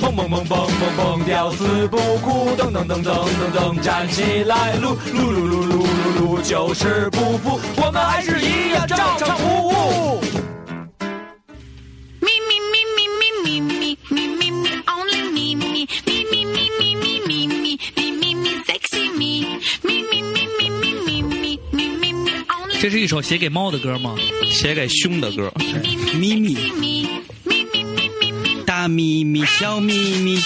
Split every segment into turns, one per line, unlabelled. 蹦蹦蹦蹦蹦蹦，吊死不哭，噔噔噔噔噔噔，站起来，撸撸撸撸撸撸撸，就是不服，我们还是一样照常服务。
Me me me me me me me me me me only me me me me me me me me me me me me sexy me me me me me me me me me me me only
这是一首写给猫的歌吗？
写给胸的歌，
me
Mi, mi.
me me me me me me me
大咪咪，小咪咪，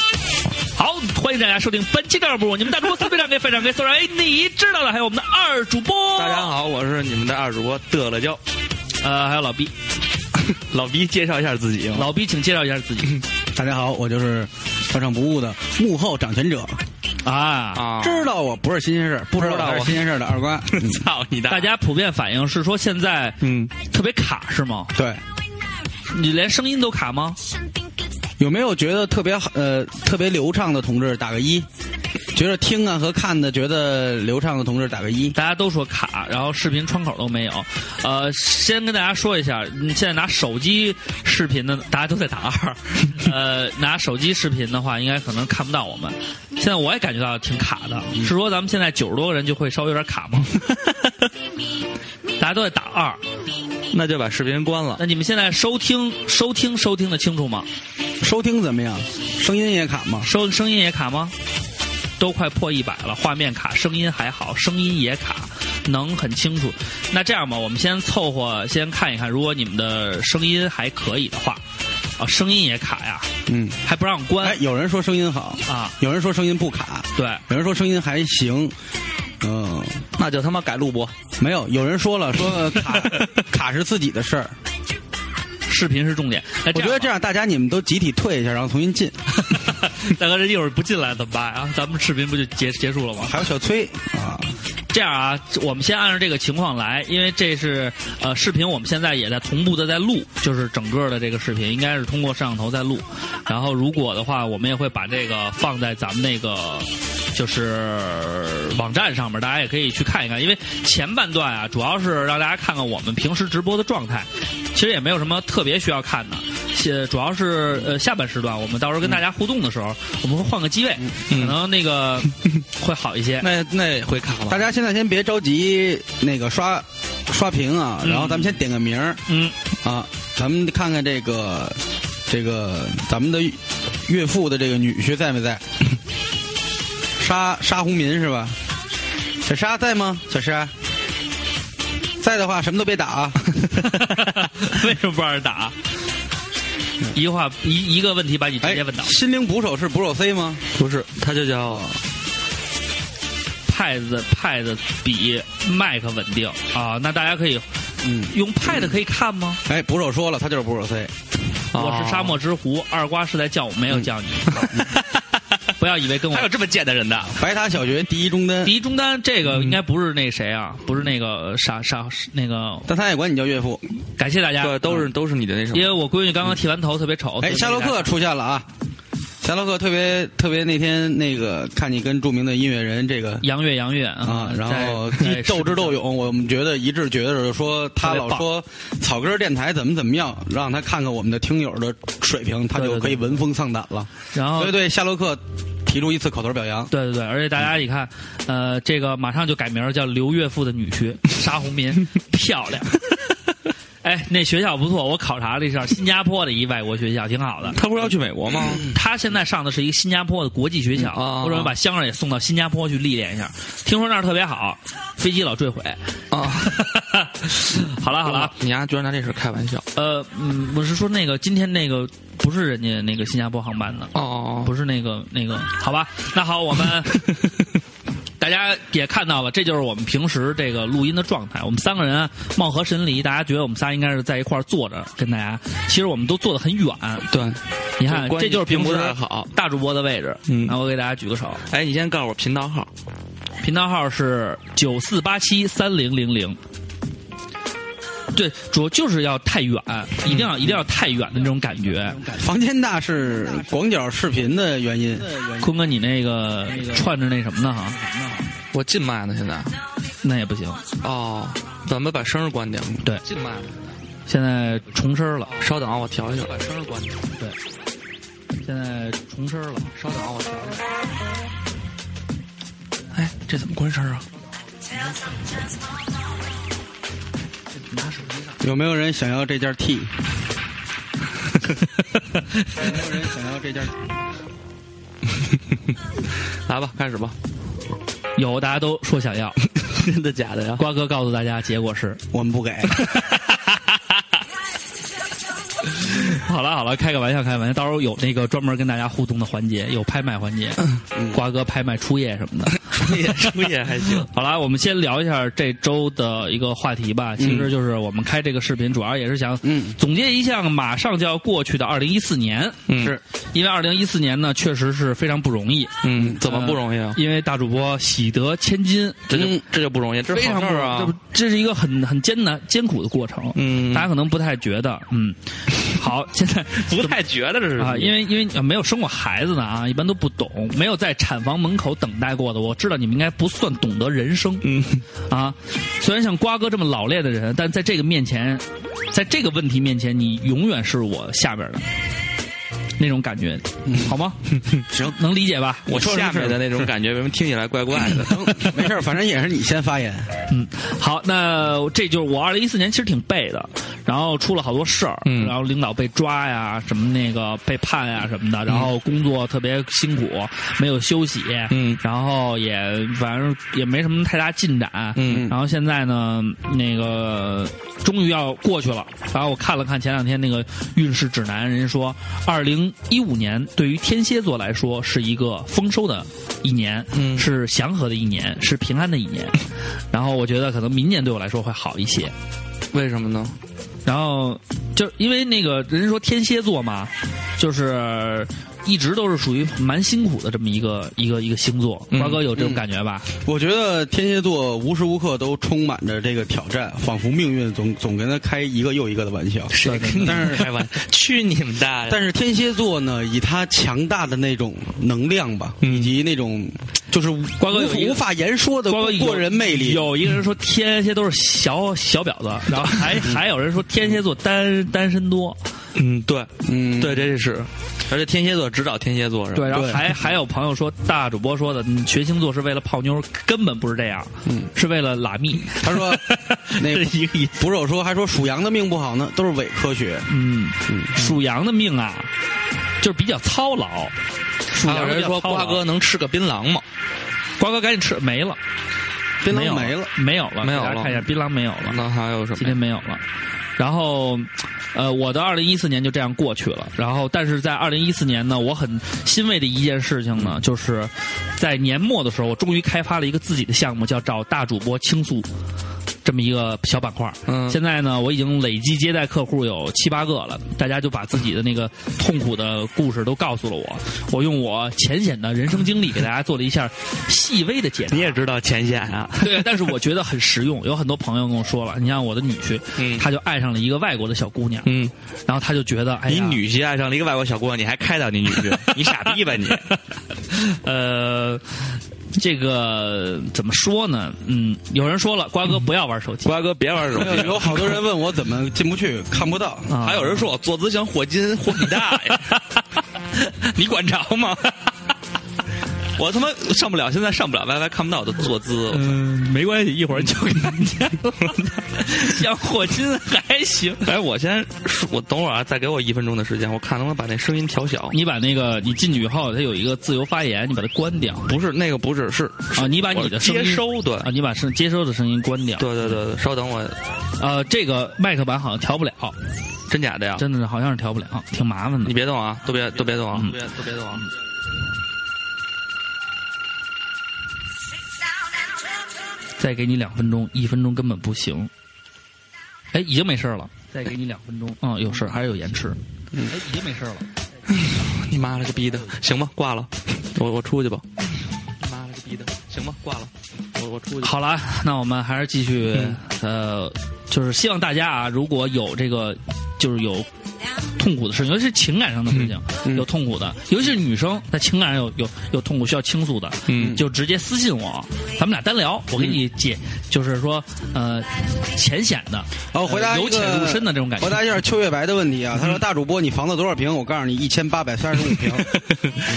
好，欢迎大家收听本期的二部，你们大主播四队长给分享给送上，哎，你知道了，还有我们的二主播，
大家好，我是你们的二主播得了娇。
呃，还有老毕，
老毕介绍一下自己啊吧。
老毕，请介绍一下自己
大家好，我就是照常不误的幕后掌权者，
啊。
啊，
知道我不是新鲜事儿，不知
不
道
知道
我
我
是新鲜事儿的二 瓜，
操你大
大家普遍反映是说现在
嗯，
特别卡是吗？
对，
你连声音都卡吗？
something keeps
有没有觉得特别好呃特别流畅的同志打个一，觉得听啊和看的觉得流畅的同志打个一，
大家都说卡，然后视频窗口都没有。呃，先跟大家说一下，你现在拿手机视频的，大家都在打二。呃，拿手机视频的话，应该可能看不到我们。现在我也感觉到挺卡的，是说咱们现在九十多个人就会稍微有点卡吗？大家都在打二，
那就把视频关了。
那你们现在收听收听收听的清楚吗？
收听怎么样？声音也卡吗？
收声音也卡吗？都快破一百了，画面卡，声音还好，声音也卡，能很清楚。那这样吧，我们先凑合，先看一看，如果你们的声音还可以的话，啊，声音也卡呀，
嗯，
还不让关、
哎，有人说声音好，
啊？
有人说声音不卡，
对，
有人说声音还行，嗯、
那就他妈改录播。
没有，有人说了，说卡卡是自己的事儿。
视频是重点。那
哎
我觉得这
样
样，大家你们都集体退一下，然后重新进。
吧， 大哥，这一会儿不进来怎么办啊？咱们视频不就结结束了吗？
还有小崔啊，
这样啊，我们先按照这个情况来，因为这是呃视频，我们现在也在同步的在录，就是整个的这个视频应该是通过摄像头在录。然后如果的话，我们也会把这个放在咱们那个就是网站上面，大家也可以去看一看。因为前半段啊，主要是让大家看看我们平时直播的状态，其实也没有什么特别需要看的。呃，主要是呃下半时段，我们到时候跟大家互动的时候，我们会换个机位，可能那个会好一些。
那那也会卡吧？
大家现在先别着急那个刷刷屏啊，
嗯
然后咱们先点个名儿
嗯。
啊，咱们看看这个这个咱们的岳父的这个女婿在没在？沙沙红民是吧？小沙在吗？小沙在的话，什么都别打 啊。
为什么不让人打？一个话一一个问题把你直
哎
接问倒。，
心灵捕手是捕手 C 吗？
不是，他就叫
派子派子比麦克稳定啊，那大家可以
嗯，
用派的可以看吗？
哎，捕手说了，他就是捕手 C。
我是沙漠之狐，二瓜是在叫我，没有叫你。 不要以为跟我
还有这么贱的人的？
白塔小学第一中单，
第一中单这个应该不是那谁啊，不是那个傻傻那个。
但他也管你叫岳父。
感谢大家，嗯
对，都是都是啊嗯你的那什
因
么
为我闺女刚刚剃完头，特别丑。
哎，
所以
夏洛克出现了啊！夏洛克特别特别那天那个看你跟著名的音乐人这个
杨月杨月啊
啊，，然后
在在
斗智斗勇，我们觉得一致觉得就是说他老说草根电台怎么怎么样，让他看看我们的听友的水平，他
对对对
就
啊
可以闻风丧胆了。
然后
所以对夏洛克提出一次口头表扬。
对对对，而且大家你看，呃，这个马上就改名儿叫刘岳父的女 婿沙红民，漂亮。哎，那学校不错，我考察了一下，新加坡的一外国学校，挺好的。
他不是要去美国吗？
他现在上的是一个新加坡的国际学校，
嗯啊
我准备把香儿也送到新加坡去历练一下。听说那儿特别好，飞机老坠毁。
啊，
好了好了，，
你丫居然拿这事开玩笑？
呃，嗯，我是说那个今天那个不是人家那个新加坡航班的，
哦，
不是那个那个，好吧？那好，我们大家也看到了，这就是我们平时这个录音的状态。我们三个人啊貌合神离，大家觉得我们仨应该是在一块儿坐着跟大家，其实我们都坐得很远。
对，
你看，
关系
这就是平
并
时
不太好
大主播的位置。
嗯
然后我给大家举个手，
哎，你先告诉我频道号。
频道号是九四八七三零零零。对，主要就是要太远，一定要、一定要太远的那种感觉。
房间大是广角视频的原因，
坤哥，你那个串着那什么呢？哈，
我进麦呢，现在。
那也不行。
哦，咱们把声儿关掉。
对
进麦了。
现在重声了，
稍等啊，我调一下，把声儿关掉。
现现在重声了，稍等啊，我调一下。
哎，这怎么关声啊？
拿手机上。
有没有人想要这件 T？有没 有人想要这件？
来吧，开始吧。
有，大家都说想要。
真的假的呀？
瓜哥告诉大家，结果是，
我们不给。
好了好了，开个玩笑，开个玩笑，到时候有那个专门跟大家互动的环节，有拍卖环节，瓜哥拍卖初夜什么的。
出演出演还行。
好啦，我们先聊一下这周的一个话题吧。其实就是我们开这个视频，主要也是想
嗯
总结一下马上就要过去的二零一四年。
嗯
是
因为二零一四年呢，确实是非常不容易，
嗯，怎么不容易啊？
因为大主播喜得千金，
这
嗯
就这就不容易，这
非
是
常
好事
不
儿
容易，这不
啊。
这是一个很很艰难艰苦的过程。
嗯
大家可能不太觉得，嗯，好，现在
不太觉得这是
啊，因为因为呃没有生过孩子的啊，一般都不懂，没有在产房门口等待过的，我知道你们应该不算懂得人生，
嗯
啊，虽然像瓜哥这么老练的人，但在这个面前，在这个问题面前，你永远是我下边的那种感觉，好 吗？
行，
能理解吧？
嗯我
说
下面的 那种感觉，为什么听起来怪怪的？
没事儿，反正也是你先发言。
嗯，好，那这就是我二零一四年其实挺背的，然后出了好多事儿，
嗯
然后领导被抓呀，什么那个被判呀什么的，然后工作特别辛苦，没有休息，
嗯
然后也反正也没什么太大进展，
嗯
然后现在呢，那个终于要过去了。然后我看了看前两天那个运势指南，人家说，二零一五年对于天蝎座来说是一个丰收的一年，
嗯
是祥和的一年，是平安的一 年。然后我觉得可能明年对我来说会好一些。
为什么呢？
然后就因为那个人家说天蝎座嘛，就是。一直都是属于蛮辛苦的这么一个一个一个星座，
嗯
瓜哥有这种感觉吧？
我觉得天蝎座无时无刻都充满着这个挑战，仿佛命运总总跟他开一个又一个的玩笑。
对对对
但是
开玩，去你们大爷！
但是天蝎座呢，以他强大的那种能量吧，
嗯
以及那种就是无
瓜哥有一个
无法言说的
包
过
括有
过人魅力，
有一个人说天蝎都是小小婊子，然后还 还有人说天蝎座单单身多，
嗯，对，
嗯，
对，这是，而且天蝎座指导天蝎座是吧？
对，然后
对
还还有朋友说大主播说的嗯学星座是为了泡妞，根本不是这样，
嗯
是为了拉 蜜，
他说那
这
个
是一个意思。
不是我说，还说属羊的命不好呢，都是伪科学。
嗯
嗯，
属羊的命啊，就是比较操劳。属
还
羊
有
的
人说
比较操劳
瓜哥，能吃个槟榔吗？
瓜哥赶紧吃，没了，
槟
没有
榔没了，，
没有了，
没有
给大家
了
看一下槟榔没有了。
那还有什
今天
么呀？
没有了。然后，呃，我的二零一四年就这样过去了。然后，但是在二零一四年呢，我很欣慰的一件事情呢，就是在年末的时候，我终于开发了一个自己的项目，叫找大主播倾诉。这么一个小板块，
嗯
现在呢，我已经累计接待客户有七八个了，大家就把自己的那个痛苦的故事都告诉了我，我用我浅显的人生经历给大家做了一下细微的解答。
你也知道前线啊？
对，但是我觉得很实用，有很多朋友跟我说了，你像我的女婿，
嗯
他就爱上了一个外国的小姑娘，
嗯，
然后他就觉得，哎
你
呀，
女婿爱上了一个外国小姑娘，你还开导你女 婿？你傻逼吧你？
呃，这个怎么说呢？嗯，有人说了，瓜哥不要玩手机，
瓜哥别玩手
没有
机。
有好多人问我怎么进不去，看不到。
啊
还有人说我坐姿像霍金，霍你大爷！ 你管着吗？ 我他妈上不了，现在上不了 WiFi，看不到我的坐姿。我操
嗯，没关系，一会儿就看见了。 像霍金还行，
哎，我先说，我等会儿啊，再给我一分钟的时间，我看能不能把那声音调小。
你把那个你进去以后，它有一个自由发言，你把它关掉
不是那个，不是是
啊，你把你
我
的声音
接收对。
啊，你把声接收的声音关掉。
对对对对，稍等我，
呃，这个麦克版好像调不了，
真假的呀？
真的是好像是调不了，挺麻烦的
你。别动啊，都别都别动啊，
嗯
别都别动啊。
再给你两分钟，一分钟根本不行。哎，已经没事儿了。再给你两分钟，嗯，有事儿还是有延迟。
嗯
哎，已经没事儿了。
你妈了个逼的，行吧，挂了，我我出去吧。你妈了个逼的，行吧，挂了，我我出去吧。
好了，那我们还
嗯
是继续，呃，就是希望大家啊，如果有这个，就是有痛苦的事情，尤其是情感上的事情，
嗯
有痛苦的，尤其是女生在情感上有有有痛苦需要倾诉的，
嗯
就直接私信我，咱们俩单聊，我给你解，
嗯
就是说呃浅显的，
哦，回答
呃
一
由
个
浅入深的这种感觉。嗯
回答一下秋月白的问题啊，他说大主播你房子多少平？我告诉你，一千八百三十 五平，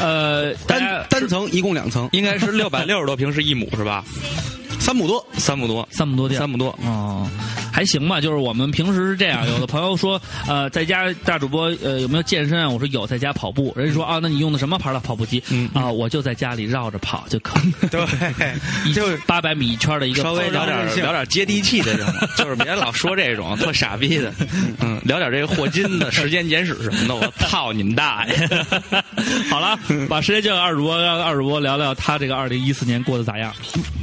呃，大家
单单层一共两层，
应该是六百六十多平是一亩是吧？
三亩多。
三 亩多，
三亩多地儿，
三亩多。
哦，还行吧，就是我们平时是这 样，有的朋友说，呃，在家大主播呃有没有健身啊？我说有，在家跑步。人家说啊，那你用的什么牌的跑步机？
嗯
啊，我就在家里绕着跑就可以，
对，
一
就是
八百米一圈的一个
稍微
跑道
聊点聊点接地气的 这种，就是别老说这种特傻逼 的，嗯，聊点这个霍金的《时间简史》什么的，我操你们大爷！
好 了，把时间交给二主播，让二主播聊聊他这个二零一四年过得咋样。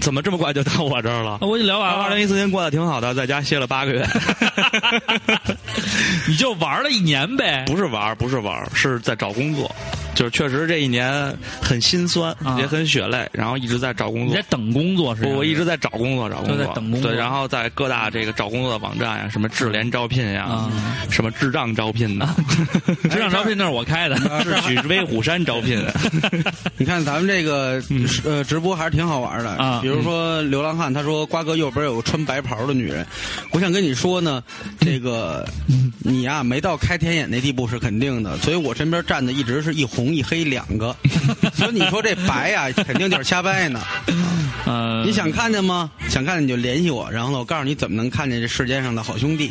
怎么这么快就到我这儿了
啊？我已经聊完
二
了，
零一四年过得挺好的，在家歇了八个月，
你就玩了一年呗。
不是玩儿，不是玩儿，是在找工作，就是确实这一年很心酸，
啊
也很血泪，然后一直在找工
你
作
在。等工作是吧？
我我一直在找工作，找工作，
都在等工作
对，然后在各大这个找工作的网站呀，什么智联招聘呀，
啊
什么智障招聘呐，
职场招聘那是我开的，
智取威虎山招聘。
你看咱们这个、
嗯
呃直播还是挺好玩的
啊
比如说流浪汉，他说瓜哥右边有个穿白袍的女人，我想跟你说 呢，这个你呀、没到开天眼那地步是肯定的，所以我身边站的一直是一红一黑两 个，所以你说这白呀、肯定就是瞎掰呢。
嗯
呃，
你想看见吗？想看见你就联系我，然后呢，我告诉你怎么能看见这世界上的好兄弟。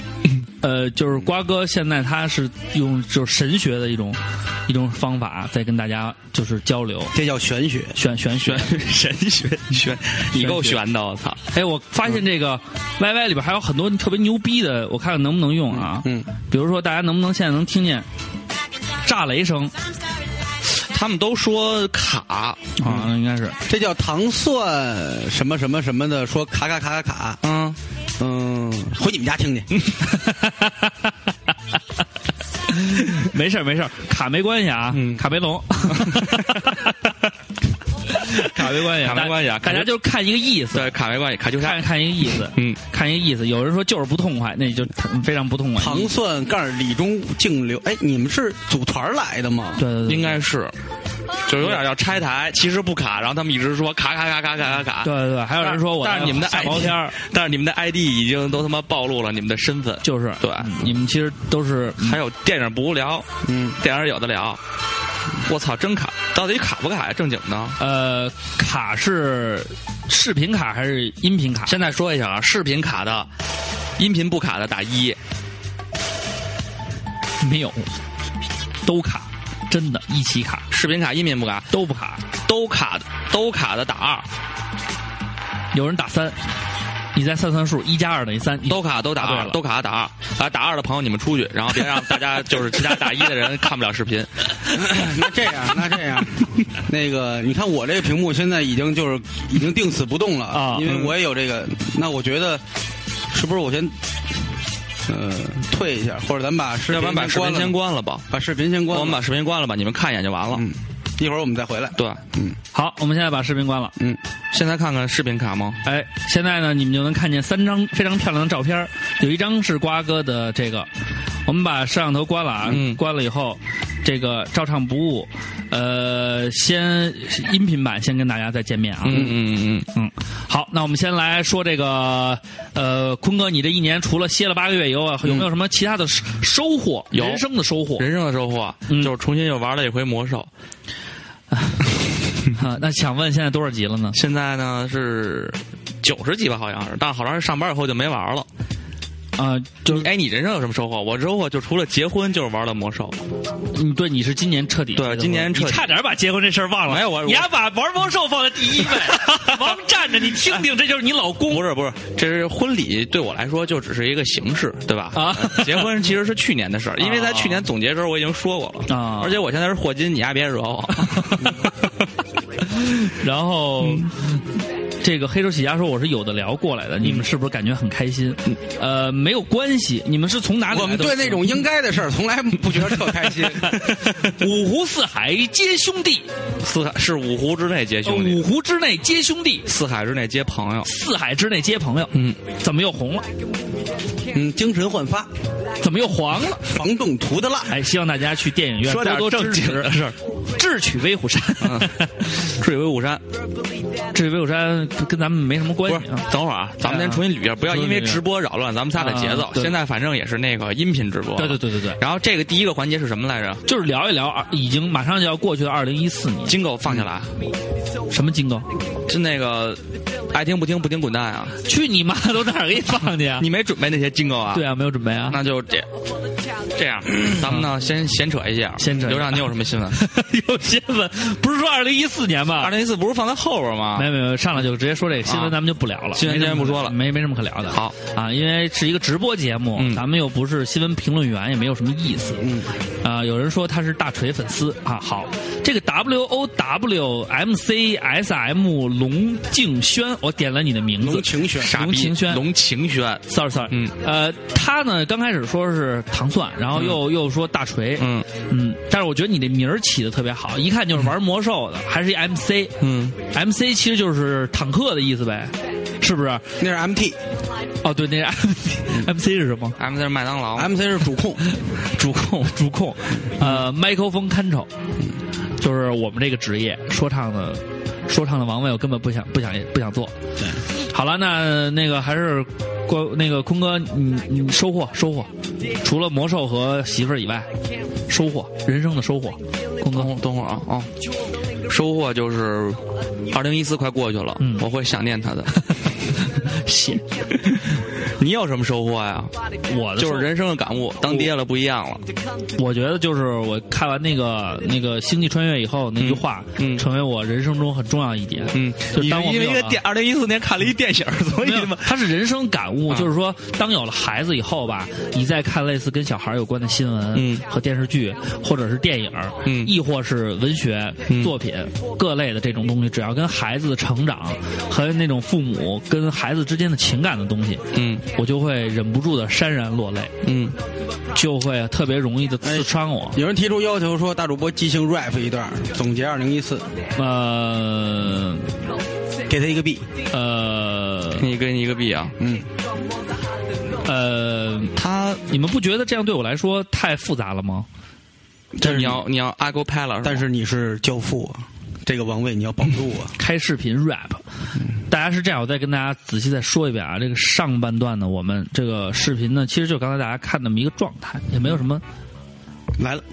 呃，就是瓜哥现在他是用就是神学的一种一种方法在跟大家就是交流，
这叫玄学，
玄玄学。
神玄玄，你够玄的，我操！
哎，我发现这
嗯
个 YY 里边还有很多特别牛逼的，我看看能不能用啊？
嗯，
比如说大家能不能现在能听见炸雷声
他们都说卡，
啊？
嗯
应该是
这叫糖蒜什么什么什么的，说卡卡卡卡卡，
嗯，
嗯，回你们家听去。
没事儿没事儿，卡没关系啊，
嗯
卡梅 隆。卡没关系啊，
卡没关系啊
大大家就是看一个意思，
对，卡没关系，卡就
看
看。
看一个意思，
嗯，
看一个意思。有人说就是不痛快，那你就非常不痛快。
糖蒜盖儿李中净流，哎，你们是组团儿来的吗？
对对对，
应该是，就有点要拆台，其实不卡，然后他们一直说卡卡卡卡卡卡卡。
对对对，还有人说我
但是你们的
大
ID，
毛片儿
但是你们的 ID 已经都他妈暴露了你们的身份。
就是
对
嗯你们其实都是嗯
还有电影不无聊，
嗯，
电影有的聊。我操，真卡，到底卡不卡呀？正经的。
呃卡是视频卡还是音频卡？
现在说一下啊，视频卡的，音频不卡的打一，
没有，都卡，真的，一起卡
视频卡音频不卡，
都不卡。
都卡的都卡的打二，
有人打三，你再算算数，一加二等于三。你
都卡都打
对
二，
了
都卡打二啊！打二的朋友你们出去，然后别让大家就是其他打一的人看不了 视频。
那这样，那这 样，那个，你看我这个屏幕现在已经就是已经定死不动了
啊
因
嗯
为我也有这个。那我觉得，是不是我先呃退一下，或者咱把视
要
频
不然把视频
关
先
了，
关了吧，
把视频先关了。
我们把视频关了吧，你们看一眼就完了。
嗯，一会儿我们再回来。
对，
好，我们现在把视频关了。
嗯，
现在看看视频卡吗？
哎，现在呢，你们就能看见三张非常漂亮的照片儿，有一张是瓜哥的这个，我们把摄像头关了啊，
嗯
关了以后，这个照唱不误，呃，先音频版先跟大家再见面啊，
嗯嗯嗯
嗯，好，那我们先来说这个，呃，坤哥，你这一年除了歇了八个月以后，啊，有没有什么其他的收收获？
有
人生的收获
嗯，人生的收获啊
嗯
就是重新又玩了一回魔兽，
啊？那想问现在多少集了呢？
现在呢是九十级吧，好像是，但好长时间上班以后就没玩了。
啊、就是
哎，你人生有什么收获？我收获就除了结婚就是玩了魔兽，
嗯，对，你是今年彻底
对今年彻底
你差点把结婚这事儿忘了。
没有我
你还把玩魔兽放在第一位， 王站着，你听听，这就是你老公。
不是不是，这是婚礼对我来说就只是一个形式，对吧？呃
啊
结婚其实是去年的事儿，因为在去年总结的时候我已经说过了
啊
而且我现在是霍金，你丫别惹我。
然后。这个黑手起家说我是有的聊过来的，你们是不是感觉很开心？
嗯
呃，没有关系，你们是从哪里来的？
我们对那种应该的事儿从来不觉得特开 心。
五湖四海皆兄弟，
四海是五湖之内皆 兄弟，
哦五湖之内皆兄弟，
四海之内皆朋友。
四海之内皆朋友。
嗯，
怎么又红了？
嗯，精神焕发，
怎么又黄了？
防冻涂的蜡。
哎，希望大家去电影院
说点
多多
正
支
经
持
的事儿，嗯
智取威虎山，
智取威虎山
智取威虎山跟咱们没什么关
不是
系。啊。，
等会儿啊，咱们先重新捋一下，不要因为直播扰乱咱们仨的节奏
啊。对
现在反正也是那个音频直播，
对对。对对对，
然后这个第一个环节是什么来着？
就是聊一聊啊已经马上就要过去的二零一四年，
金狗放下来，
什么金狗？
就那个爱听不听不听滚蛋啊！
去你妈！都哪儿给你放去啊？
你没准备那些金狗啊？
对啊，没有准备啊。
那就这这样，咱们呢先闲扯一下，
闲扯一下
刘亮，你有什么新闻？
有新闻不是说二零一四年吧哎
二？零一四不是放在后边吗
没？有没有，上来就直接说这个新
啊
闻，咱们就不聊了。
新闻
没什
今天
么
不说了
没没什么可聊的。
好
啊，因为是一个直播节目，
嗯
咱们又不是新闻评论员，也没有什么意思。
嗯，
啊，有人说他是大锤粉丝啊。好，这个 W O W M C S M 龙敬轩，我点了你的名字
龙。晴轩，
傻逼
龙晴轩
龙晴轩，
sorry sorry，
嗯
呃，他呢刚开始说是糖蒜，然后又、又说大锤，
嗯
嗯，但是我觉得你这名儿起的特别好，一看就是玩魔兽的，还是一 MC，
嗯，
MC 其实就是坦克的意思呗，是不是？
那是 MT，MC
哦，对，那是
嗯
MC MC 是什么？
咱们在麦当劳嘛，
是主控，
主控， 主控，呃，麦克风看守，就是我们这个职业，说唱的，说唱的王位，我根本不想不想不想做。对，好了，那那个还是关那个坤哥，你你收获收获，除了魔兽和媳妇儿以外，收获人生的收获，坤哥
等会儿等会儿啊啊！收获就是，二零一四快过去了，
嗯
我会想念 他的。
谢
你有什么收获呀？
我的收
就
获
是人生的感悟，当爹了不一样了。
我觉得就是我看完那个那个《星际穿越》以后，那句话、
嗯嗯
成为我人生中很重要一点。
嗯，
就
你
当我
因为一
没有
个
了
电，二零一四年看了一电影，所以
没有
嘛，，
它是人生感悟，
啊
就是说，当有了孩子以后吧，你再看类似跟小孩有关的新闻、
嗯
和电视剧，或者是电影，
嗯
亦或是文学、
嗯
作品各类的这种东西，只要跟孩子的成长和那种父母跟孩子之间的情感的东西，
嗯
我就会忍不住的潸然落泪，
嗯，
就会特别容易的
哎
刺穿我。
有人提出要求说，大主播即兴 rap 一段，总结二零一四，
呃
给他一个 B。
呃
你跟你一个币啊。
嗯，
呃，他你们不觉得这样对我来说太复杂了吗？
但
就是你要你要阿勾拍了，
但
是
是你是教父啊，这个王位你要保住啊。
开视频 rap。大家是这样，我再跟大家仔细再说一遍啊。这个上半段呢，我们这个视频呢，其实就刚才大家看那么一个状态，也没有什么。
来了，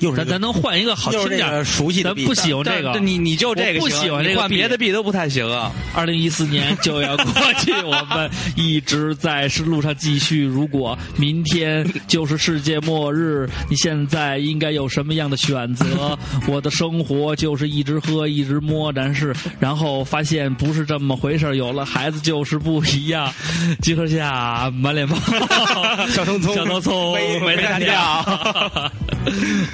又是
咱
这
嗯咱
个
能换一个好
又
听
是这
点
个
儿，
熟悉的
咱
B，
不喜欢这个
但。你你就这
我
个
不
行啊
喜欢这
你
个
换
币
别的币都不太行啊。
二零一四年就要过去，我们一直在是路上继续。如果明天就是世界末日，你现在应该有什么样的选择？我的生活就是一直喝，一直摸，但是然后发现不是这么回事儿有了孩子就是不一样。集合下，满脸包，
小生葱
小头葱
没没嗯
单
单
调
调。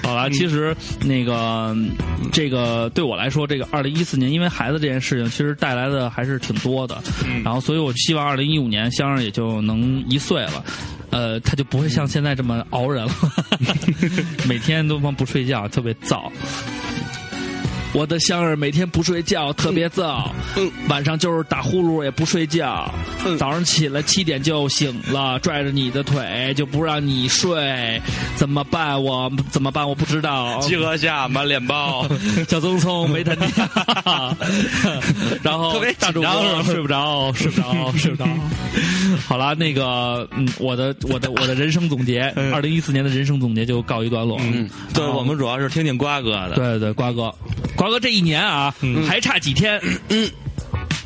好了，其实那个这个对我来说，这个二零一四年因为孩子这件事情，其实带来的还是挺多的。
嗯
然后，所以我希望二零一五年香儿也就能一岁了。呃，他就不会像
嗯
现在这么熬人了， 每天都帮不睡觉，特别燥。我的香儿每天不睡觉，特别燥，
嗯
晚上就是打呼噜也不睡觉，
嗯
早上起来七点就醒了，拽着你的腿就不让你睡，怎么办？我怎么办？我不知道。
集合下满脸包，
小棕葱没谈 恋爱，然后
特别紧
大主
张是
播
吧
睡不着，睡不 着，睡不着。好了，那个，嗯，我的我的我的人生总结，
嗯
二零一四年的人生总结就告一段落。嗯，
对我们主要是听听瓜哥的。
对啊对对，瓜哥，瓜哥这一年啊，
嗯
还差几 天，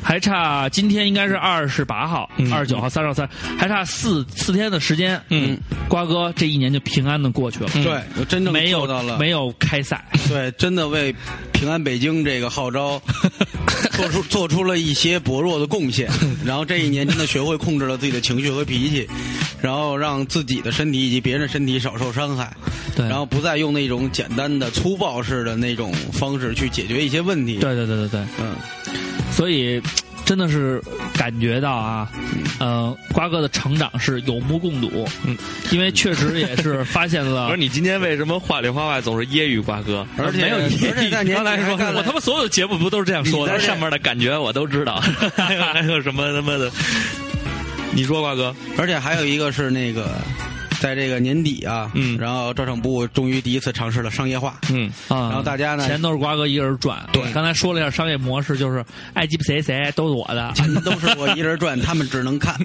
还差今天应该是二十八号、二十九号、三十号、三，还差四四天的时间。
嗯，
瓜哥这一年就平安的过去了，
对，我真
嗯
正
没有
做到了，嗯
没有开赛。
对，真的为平安北京这个 号召做出做出了一些薄弱的贡 献。然后这一年真的学会控制了自己的情绪和脾气，然后让自己的身体以及别人的身体少受伤害。
对
然后不再用那种简单的粗暴式的那种方式去解决一些问题。，
对对对对对。
嗯，
所以真的是感觉到啊，呃，瓜哥的成长是有目共睹，
嗯，
因为确实也是发现
不
了
是。你今天为什么话里话外总是揶揄瓜哥？
而且
没有
而
你
且那年
刚才
你还
说
干
我
了
他妈所有的节目不都是这样说
我
的
的
你在？这
上面的感觉我都知道，还有还有什么他妈的？你说瓜哥，
而且还有一个是那个在这个年底啊，
嗯
然后照相部终于第一次尝试了商业化，
嗯，
啊，
然后大家呢
钱都是瓜哥一个人赚。
对
刚才说了一下商业模式，就是哎爱鸡巴谁谁都是我的。
钱都是我一人赚，他们只能看。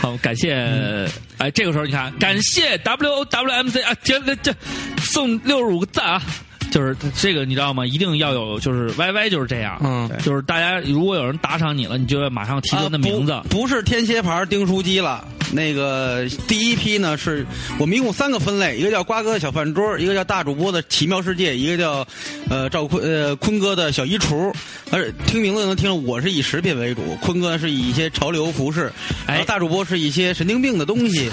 好，感谢、
嗯
哎，这个时候你看，感谢 WWMC 啊，这这这送六十五个赞啊！就是这个，你知道吗？一定要有，就是 YY 就是这样，
嗯
就是大家如果有人打赏你了，你就要马上提他的名字。
啊不不是天蝎牌订书机了。那个第一批呢，是我们一共三个分类，一个叫瓜哥的小饭桌，一个叫大主播的奇妙世界，一个叫呃赵坤呃坤哥的小衣橱。而听名字就能听出我是以食品为主，坤哥是以一些潮流服饰，
哎
然后大主播是一些神经病的东 西，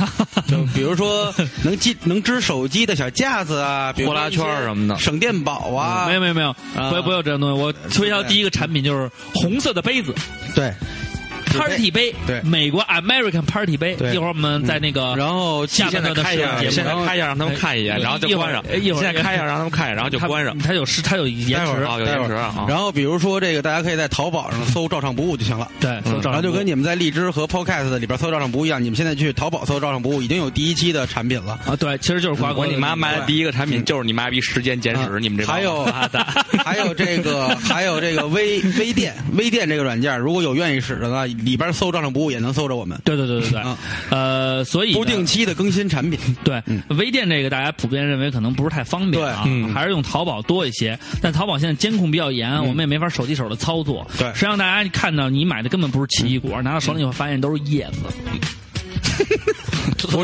就比如说能机能支手机的小架子啊，比如说
呼啦圈儿什么的
一些省电宝啊，
嗯没有没有没有，
啊
不要不要这种东西。我推销
对
第一个产品就是红色的杯子
对。
，Party 杯，
对
美国 American Party 杯。
对嗯
一会儿我们在那个
然后
啊下半
现在
段的
开一
时
下，
间
现
节
在
目。
开一下，让他们看一眼，
对
然后就
一会儿哎
关上。
一会儿
现在开一下，让他们看一眼，然后就关上。
它有时它有延
待会
迟
儿，
啊，有
待
延
会
迟啊。
然后比如说这个，大家可以在淘宝上搜“照常不误”就行了。
对，
嗯
然后就跟你们在荔枝和 Podcast 里边搜“照常不误”一样，你们现在去淘宝搜“照常不误”，已经有第一期的产品了。
啊，对，其实就是瓜哥
嗯我
的
你妈卖的第一个产品就是你妈逼《时间简史》，你们这帮
啊还有
妈蛋
还有这 个还有这个微微店微店这个软件，如果有愿意使的呢，里边搜“照常不误”也能搜着我们。
对对对对对
嗯
啊，
呃，所以呢
不定期的更新产 品，
对
嗯
微店这个，大家普遍认为可能不是太方便啊
对嗯，
还是用淘宝多一些。但淘宝现在监控比较严，我们也没法手递手的操作。
对
实际上大家看到你买的根本不是奇异
嗯
果，拿到手里你会发现都是叶子。
不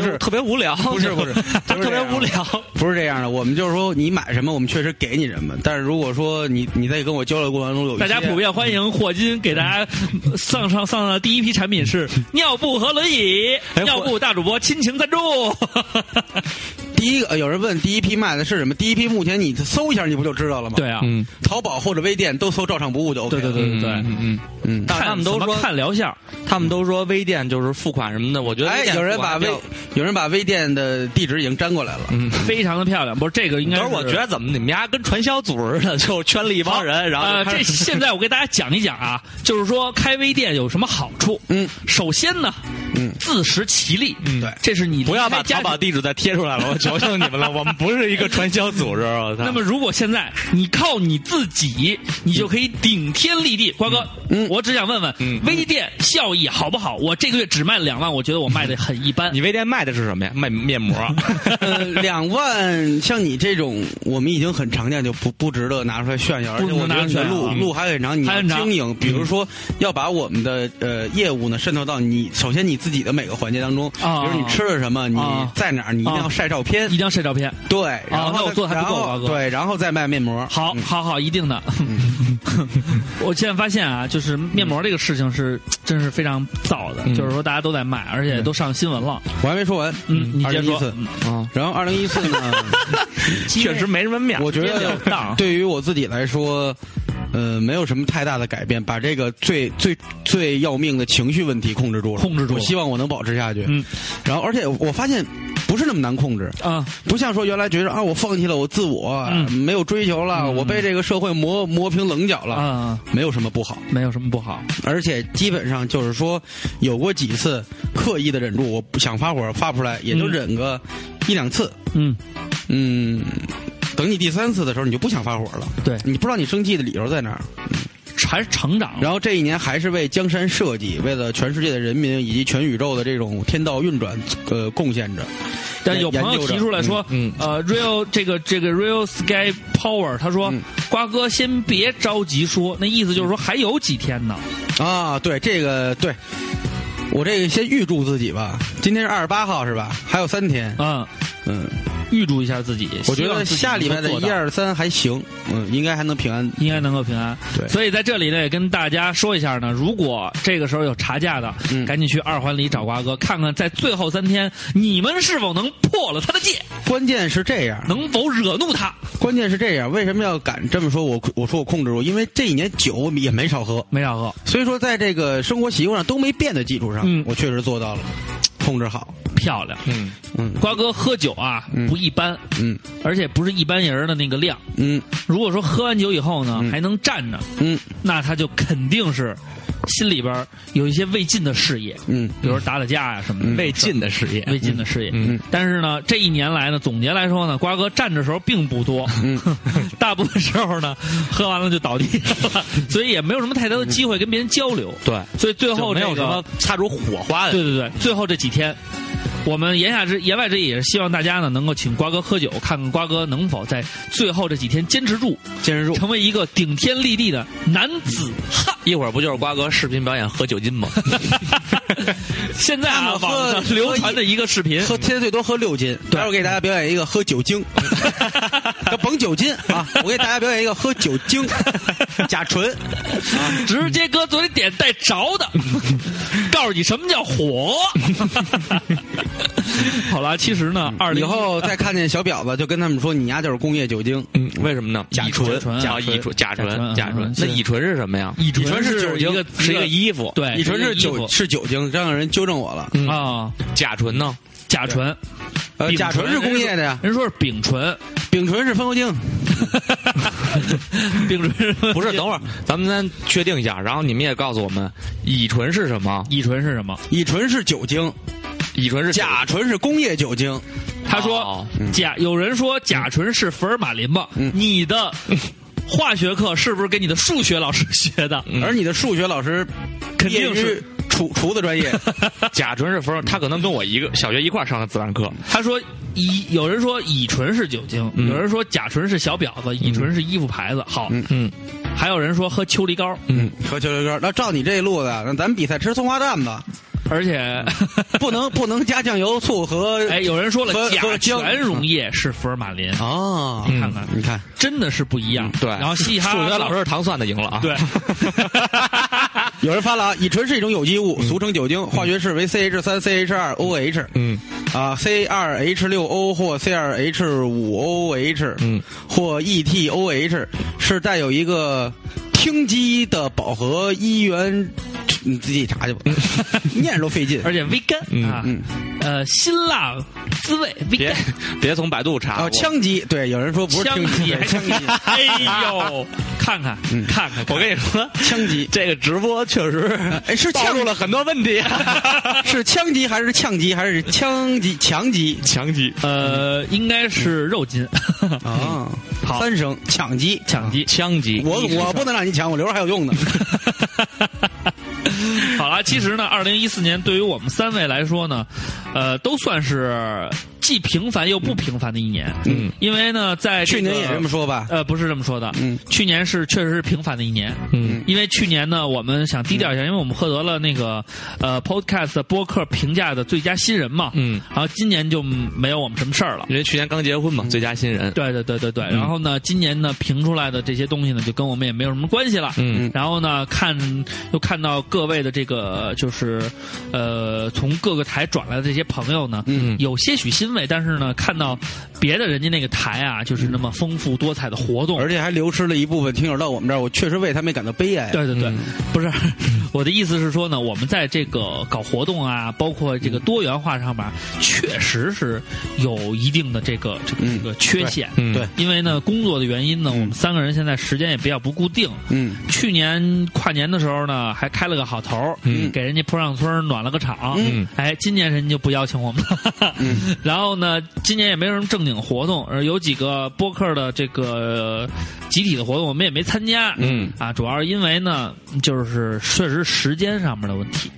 是
特别无聊，
不是不是
他
不是
特
这
别
样
无聊。
不是这样的。我们就是说，你买什么，我们确实给你什么。但是如果说你你在跟我交流过程中有一
大
些
家普遍欢迎霍金给大家上上上的第一批产品 是尿布和轮椅，
哎
尿
霍
布大主播亲情赞助。
第一个呃有人问第一批卖的是什么？第一批目前你搜一下，你不就知道了吗？
对啊，
嗯，
淘宝或者微店都搜“照常不误”就 OK
对
了。
对对对对，
嗯嗯，
嗯，
但
看
他们都
怎么
说
看疗效，
他们都说微店嗯就是付款什么的，我觉得
哎，有人把微
微，
有人把微店的地址已经粘过来了。
嗯，
非常的漂亮。不是这个应该
可
是，
是我觉得怎么你们家跟传销组似的，就圈了一帮人，然后
呃，
就开
这
始
现在我给大家讲一讲啊，就是说开微店有什么好处。
嗯，
首先呢，
嗯
自食其力，
嗯
对
这是你
不要把
离开家
淘宝
庭。
地址再贴出来了，我求求你们了，我们不是一个传销组织。我操
那么，如果现在你靠你自己，你就可以顶天立地。瓜哥，
嗯
我只想问问，
嗯
微店效益好不好？我这个月只卖两万，我觉得我卖的很一般。
你微店卖的是什么呀？卖面 膜。
呃，两万，像你这种，我们已经很常见，就不不值得拿出来炫耀。而
不
且
值得
我觉
拿
得
出
你的
来
路
啊
路还很长，你
还嗯
要
很长
经营，比如说要把我们的呃业务呢渗透到你首先你自己的每个环节当中，
啊
比如你吃了什么，你
啊
在哪儿，你一定要晒照片
一。定要晒照片。
对，然后
那我
再
做得还不够
然后
王哥
对，然后再卖面膜。
好，
嗯
好，好，一定的。 我现在发现啊，就是面膜这个事情是，真是非常燥的，
嗯
就是说大家都在卖，而且都上新闻了。
我还没说完，
嗯，你
二
接
零
着
一
说
四。，
嗯，
然后二零一四呢，
确实没什么面。
我觉
今天
得
有档
对于我自己来说，呃，没有什么太大的改变，把这个最最最要命的情绪问题控制住了，
控制住了
我希望我能保持下去。
嗯，
然后而且我发现不是那么难控制，
啊，
不像说原来觉得啊，我放弃了我自我，
嗯
没有追求了，我被这个社会磨磨平棱角
嗯
了，
啊，
没有什么不好。
没有什么不好。
而且基本上就是说，有过几次刻意的忍住，我不想发火发不出来，也就
嗯
忍个一两次。
嗯，
嗯，等你第三次的时候，你就不想发火了。
对
你不知道你生气的理由在哪儿。
还是成长了。
然后这一年还是为江山社稷，为了全世界的人民以及全宇宙的这种天道运转，呃，贡献着。
但有
研
朋友
究
提
着
出来说，
嗯
呃，Real 这个这个 Real Sky Power，他说、
嗯
瓜哥先别着急说，那意思就是说还有几天呢。
啊，对这个对。我这个先预祝自己吧，今天是二十八号是吧？还有三天，
嗯，
嗯，
预祝一下自己。
我觉
希望
得
自己
下礼拜的
能够
一
做到
二三还行，嗯，应该还能平安。
应该能够平安。
对
所以在这里呢，也跟大家说一下呢，如果这个时候有查价的，
嗯
赶紧去二环里找瓜哥，看看在最后三天你们是否能破了他的戒，
关键是这样，
能否惹怒他。
关键是这样，为什么要敢这么说？我我说我控制住，因为这一年酒也没少喝，
没少喝，
所以说，在这个生活习惯上都没变的基础上，
嗯
我确实做到了控制好。
漂亮。
嗯，
嗯
瓜哥喝酒啊，
嗯
不一般，
嗯
而且不是一般人的那个量。
嗯
如果说喝完酒以后呢，
嗯
还能站着，
嗯，
那他就肯定是心里边有一些未尽的事业，
嗯，
比如说打打架啊呀、什么的，
未尽的事业，
未尽的事业。
嗯
但是呢，这一年来呢，总结来说呢，瓜哥站着时候并不多，
嗯
大部分时候呢，喝完了就倒地上 了，所以也没有什么太多的机会跟别人交流。
对，
所以最后
就没
哦这
有
个
什么擦出火花 的
对对对，最后这几天，我们言下之言外之意也是希望大家呢能够请瓜哥喝酒，看看瓜哥能否在最后这几天坚持住，
坚持住。
成为一个顶天立地的男子汉。
一会儿不就是瓜哥视频表演喝酒精吗？
现在啊，
他们喝
网上 流传的一个视频，
喝天最多喝六斤，待会儿给大家表演一个喝 酒精，那甭酒精啊，我给大家表演一个喝酒 精，甲醇，
直接哥昨天点带着 的，告诉你什么叫火。好了，其实呢，二
以
零
后再看见小婊子就跟他们说你丫就是工业酒精，
嗯，为什么呢？
甲
乙
醇
醇
甲
啊，乙醇，甲醇，
甲
甲
醇
醇
嗯。
那
是
乙醇是什么呀？
乙醇是
是酒
一
精
个，
是一
一个
个衣服。
对
乙醇是
衣
酒
服
是酒精，让人纠正我了，
嗯
啊，
甲醇呢？
甲醇，
呃，
丙
甲醇是工业的呀，
人说是丙 醇，
丙醇是风油精，
丙醇
不是，等会儿咱们先确定一下，然后你们也告诉我们乙醇是什么？
乙醇是什么？
乙醇是酒精，
乙醇是酒
甲醇是工业酒精，
他说、
哦
甲，
嗯
有人说甲醇是福尔马林吧？你的化学课是不是跟你的数学老师学的？
而你的数学老师
嗯肯定
业余
是
厨厨子 专业，
甲醇是分，他可能跟我一个小学一块儿上的自然课。
他说乙，有人说乙醇是酒精，
嗯
有人说甲醇是小婊子，
嗯
乙醇是衣服牌子。好，
嗯，
还有人说喝秋梨膏，
嗯，喝球球哥，那照你这路子，那咱们比赛吃松花蛋吧，
而且。
不能不能加酱油、醋和
哎，有人说了
喝，喝
甲
了姜
醛溶液是福尔马林，
哦，
你看看，
你看，
真的是不一样。
嗯对。
然后嘻嘻哈哈
数
乐
学老师是糖蒜的赢了啊。
对，
有人发了啊，乙醇是一种有机
嗯
物，俗称酒精，化学式为 CH 三、CH 二、OH，
嗯
啊，C 二 H 六 O 或 C 二 H 五 OH，
嗯，
或 E ETOH，是带有一个羟基的饱和一元，你自己查 去吧，念着都费劲。
而且 vegan
嗯
啊
嗯，
呃，辛辣滋味
别
vegan，
别从百度查。
啊，
我
羟基，对，有人说不是羟基，
还
羟基，
哎 呦，看看
嗯
看看，
我跟你说，
羟基，
这个直播确实
哎，是
暴露
羟
了很多问题。啊
是羟基还是羟基还是羟基强基
强基、
呃，应该是肉筋，
嗯
啊？
好
三声抢基，
抢鸡。
枪基，
我我不能让你抢，我留着还有用呢。
好了，其实呢，二零一四年对于我们三位来说呢，呃，都算是既平凡又不平凡的一年。
嗯，
因为呢，在这
去
个
年也这么说吧？
呃，不是这么说的。
嗯，
去年是确实是平凡的一年。
嗯
因为去年呢，我们想低调一下，因为我们获得了那个呃 Podcast 播客评价的最佳新人嘛。
嗯，
然后今年就没有我们什么事儿了。
因为去年刚结婚嘛，最佳新人。
对对对对对，
嗯
然后呢，今年呢评出来的这些东西呢，就跟我们也没有什么关系了。
嗯
然后呢，看又看到各位的这个就是，呃，从各个台转来的这些朋友呢，
嗯
有些许欣慰，但是呢，看到别的人家那个台啊，就是那么丰富多彩的活动，
而且还流失了一部分听友到我们这儿，我确实为他们感到悲哀。啊
对对对，不是 我的意思是说呢，我们在这个搞活动啊，包括这个多元化上面，确实是有一定的这个这个这个缺陷。
嗯
对，
因为呢，工作的原因呢，我们三个人现在时间也比较不固定。
嗯
去年跨年的时候呢，还开了个好头儿，
嗯
给人家坡上村暖了个场。
嗯
哎，今年人家就不邀请我们了。
嗯，
然后呢，今年也没有什么正经活动，而有几个播客的这个集体的活动，我们也没参加。
嗯，
啊，主要是因为呢，就是确实时间上面的问题，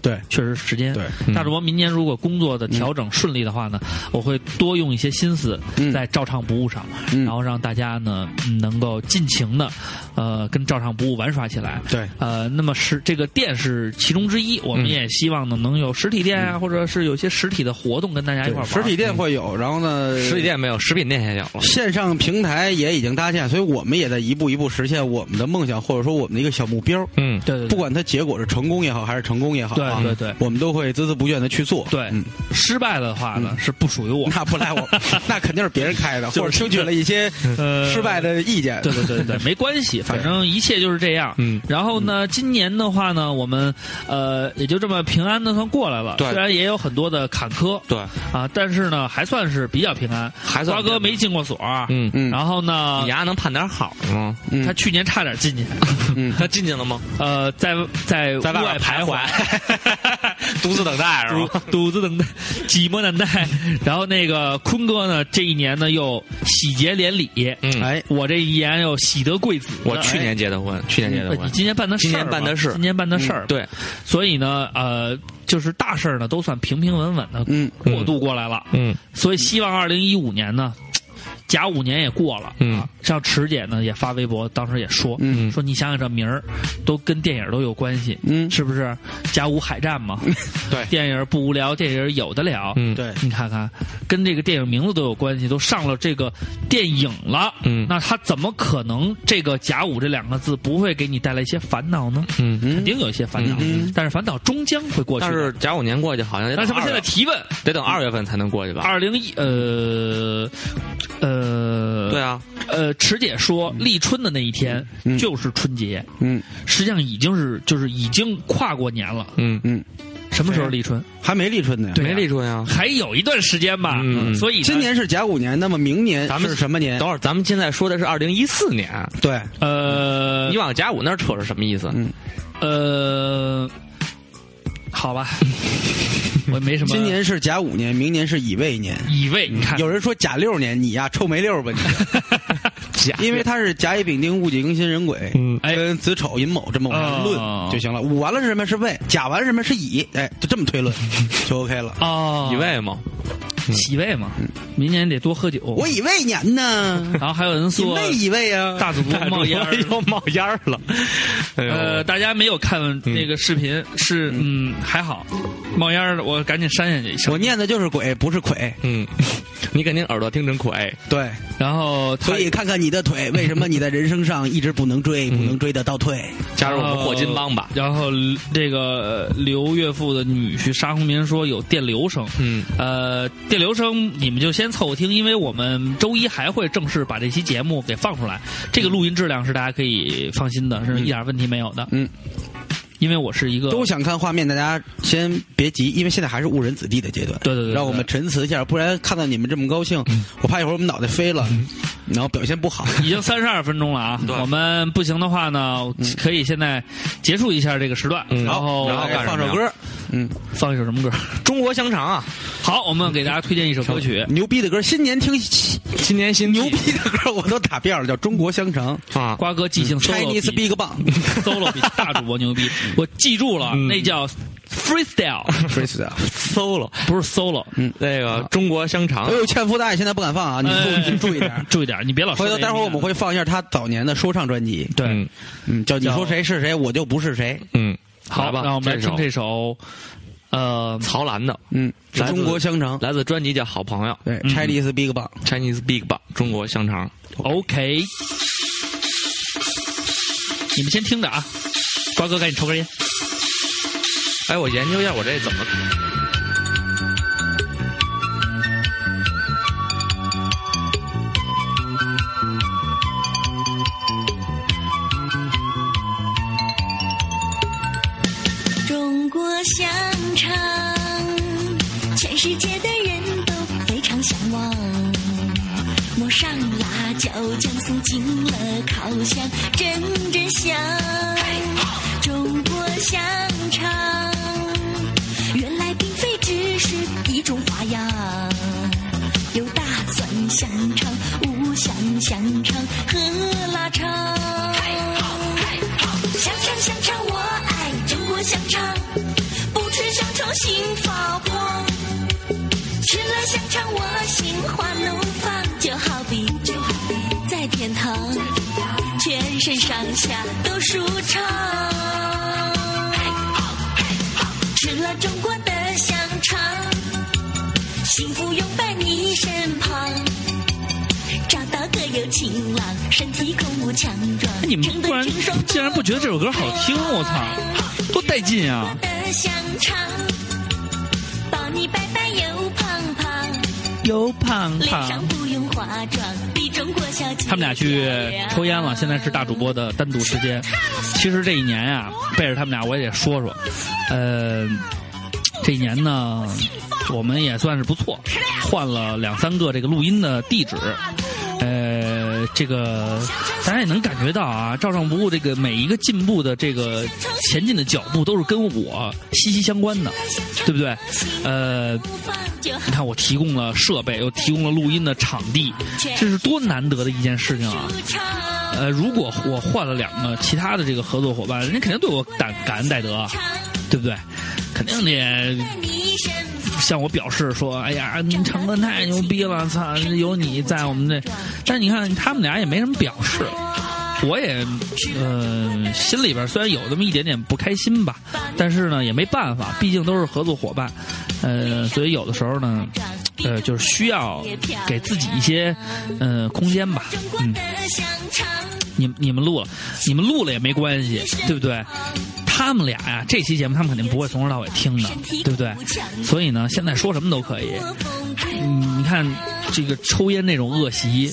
对，
确实时间。
对，
大主播明年如果工作的调整顺利的话呢，我会多用一些心思
嗯
在照唱不误上，
嗯
然后让大家呢嗯能够尽情的，呃，跟照唱不误玩耍起来。
对，
呃，那么是这个店是其中之一，我们
嗯
也希望呢能有实体店啊，或者是有一些实体的活动跟大家一块儿玩。
嗯实体店会有，然后呢，
实体店没有，食品店也有了。
线上平台也已经搭建，所以我们也在一步一步实现我们的梦想，或者说我们的一个小目标。
嗯，
对对对
不管它结果是成功也好，还是成功也好，
对
啊，
对对
我们都会孜孜不倦的去做。
对
嗯，
失败了的话呢，是不属于我。
那不赖 我，那肯定是别人开的，或者听取了一些
呃
失败的意见。
对对对对，对没关系，反正一切就是这样。
嗯，
然后呢，今年的话呢，我们呃也就这么平安的算过来了，
对
虽然也有很多的坎坷
对，
啊，但是呢还算是比较平安。
还算
瓜哥没进过所，
嗯
嗯
然后呢
你，丫能判点好吗？
嗯
他去年差点 进去，
嗯
他 进去了吗？
呃，在在
在
外
外
外
边
徘
徘
徊。
徊，独自等待是
堵
吗？
堵子等待，寂寞 难耐。然后那个坤哥呢，这一年呢又喜结连理，
嗯
哎，
我这一年又喜得贵子。
我去年结的婚，去年结的
哎你
婚，
今年办的事儿嘛，
今年办的事
今年办的事儿、
嗯对，
所以呢，呃，就是大事儿呢都算平平稳稳的
嗯
过渡过来了。
嗯
所以希望二零一五年呢，甲午年也过了。
嗯
像池姐呢也发微博，当时也说，
嗯
说你想想这名儿，都跟电影都有关系，
嗯
是不是？甲午海战嘛，
对
电影不无聊，电影有的聊。
嗯，
对，
你看看，跟这个电影名字都有关系，都上了这个电影了，
嗯
那他怎么可能这个“甲午”这两个字不会给你带来一些烦恼呢？
嗯
嗯
肯定有一些烦恼，
嗯
但是烦恼终将会过去
但
的。
是甲午年过去好像
那咱们现在提问，
得等二月份才能过去吧？
二零一呃呃，
对啊，
呃，池姐说立春的那一天
嗯
就是春节，
嗯
实际上已经是就是已经跨过年了。
嗯，
嗯，
什么时候立春？
还没立春呢呀。
对啊
没立春啊。
还有一段时间吧。
嗯
所以呢
今年是甲午年，那么明年
咱们
是什么年
等？会儿，咱们现在说的是二零一四年，
对，
呃
嗯你往甲午那儿扯是什么意思？
嗯
呃，好吧，我没什么。
今年是甲午年，明年是乙未年。
乙未，你看
有人说甲六年，你呀臭没 六吧你？
甲
因为它是甲乙丙丁戊己庚辛壬癸，
嗯
哎
跟子丑寅卯这么往下
哦
论就行了。午完了是什么？是未。甲完了是什么？是乙。哎，就这 么推论就 OK 了。
哦，
乙未嘛，
喜位嘛，明年得多喝酒。
我乙未年 呢？
然后还有人
乙
说
未乙未啊？
大主播冒烟儿。
又冒烟儿了。哎呦
呃，，大家没有看那个视频，是嗯还好，冒烟儿的，我赶紧删下去一下
我。念的就是鬼，不是鬼。
嗯，你肯定耳朵听成鬼，
对，
然后他
所以看看你的 腿，为什么你在人生上一直不能追，
嗯
不能追得到退？
加入我们霍金帮吧。
然后这个呃刘岳父的女婿沙红民说有电流声，
嗯，
呃，电流声你们就先凑合听，因为我们周一还会正式把这期节目给放出来。这个录音质量是大家可以放心的，是一点问题没有的。
嗯，
因为我是一个
都想看画面，大家先别急，因为现在还是误人子弟的阶段。
对对对对
让我们沉思一下，不然看到你们这么高兴，
嗯
我怕一会儿我们脑袋飞了，然后表现不好。
已经三十二分钟了 啊，我们不行的话呢，
嗯
可以现在结束一下这个时段，然后
然后哦干什
放
么呀
首歌，嗯，
放一首什么歌？
中国香肠啊，
好，我们给大家推荐一首歌曲。
牛逼的歌，新年听
今年新
牛逼的歌我都打遍了，叫《中国香肠
啊！
瓜哥即兴》solo
嗯，Chinese 嗯
比
Big Bang
solo 比大主播牛逼，我记住了，那叫 freestyle，
freestyle。
solo，
不是 solo。
嗯
那
啊
个中国香肠嗯
哎，呦，欠夫大爷现在不敢放啊，你注
哎
你注意点。
注意点，你别老说
回
这
头
个。
待会儿我们会放一下他早年的说唱专辑，
对，
嗯
嗯，叫你
叫
说谁是谁，我就不是谁。
嗯，
好，
来吧，
让我们来
首
听这首，呃，
曹澜的，
嗯，是
来自
中国香肠，
来自专辑叫《好朋友
对，Chinese Big Bang。
Chinese Big Bang》中国香肠。
OK，你们先听着啊，瓜哥赶紧抽根烟。
哎，我研究一下我这怎么。
中国香肠，全世界的人都非常向往。抹上辣椒酱，送进了烤箱，阵阵香。中国香肠，原来并非只是一种花样。有大蒜香肠、五香香肠和腊肠。香肠香肠我爱中国香肠，不吃香肠心发慌。吃了香肠我心花怒放，就好比就好比在天堂，全身上下都舒畅。吃了中国的香肠，幸福永伴你身旁。找到个有情郎，身体空无强壮。
哎你们
成
突
本
然
成双
竟然不觉得这首歌好听？我操，多带劲啊！
的香肠，抱你白白又胖胖，
又胖
脸上
胖。
不用化妆，比中国小姐
他们俩去抽烟了，现在是大主播的单独时间。其实这一年啊，背着他们俩我也得说说，呃，这一年呢，我们也算是不错，换了两三个这个录音的地址，呃，这个大家也能感觉到啊，照常不误这个每一个进步的这个前进的脚步都是跟我息息相关的，对不对？呃，你看，我提供了设备，又提供了录音的场地，这是多难得的一件事情啊！呃，如果我换了两个其他的这个合作伙伴，人家肯定对我感感恩戴德，啊，对不对？肯定得向我表示说：“哎呀，你成哥太牛逼了，操！有你在我们这。”但你看他们俩也没什么表示，我也呃心里边虽然有那么一点点不开心吧，但是呢也没办法，毕竟都是合作伙伴，呃，所以有的时候呢，呃，就是需要给自己一些呃空间吧。嗯，你你们录了，你们录了也没关系，对不对？他们俩呀、这期节目他们肯定不会从头到尾听的，对不对？所以呢，现在说什么都可以。嗯，你看这个抽烟这种恶习，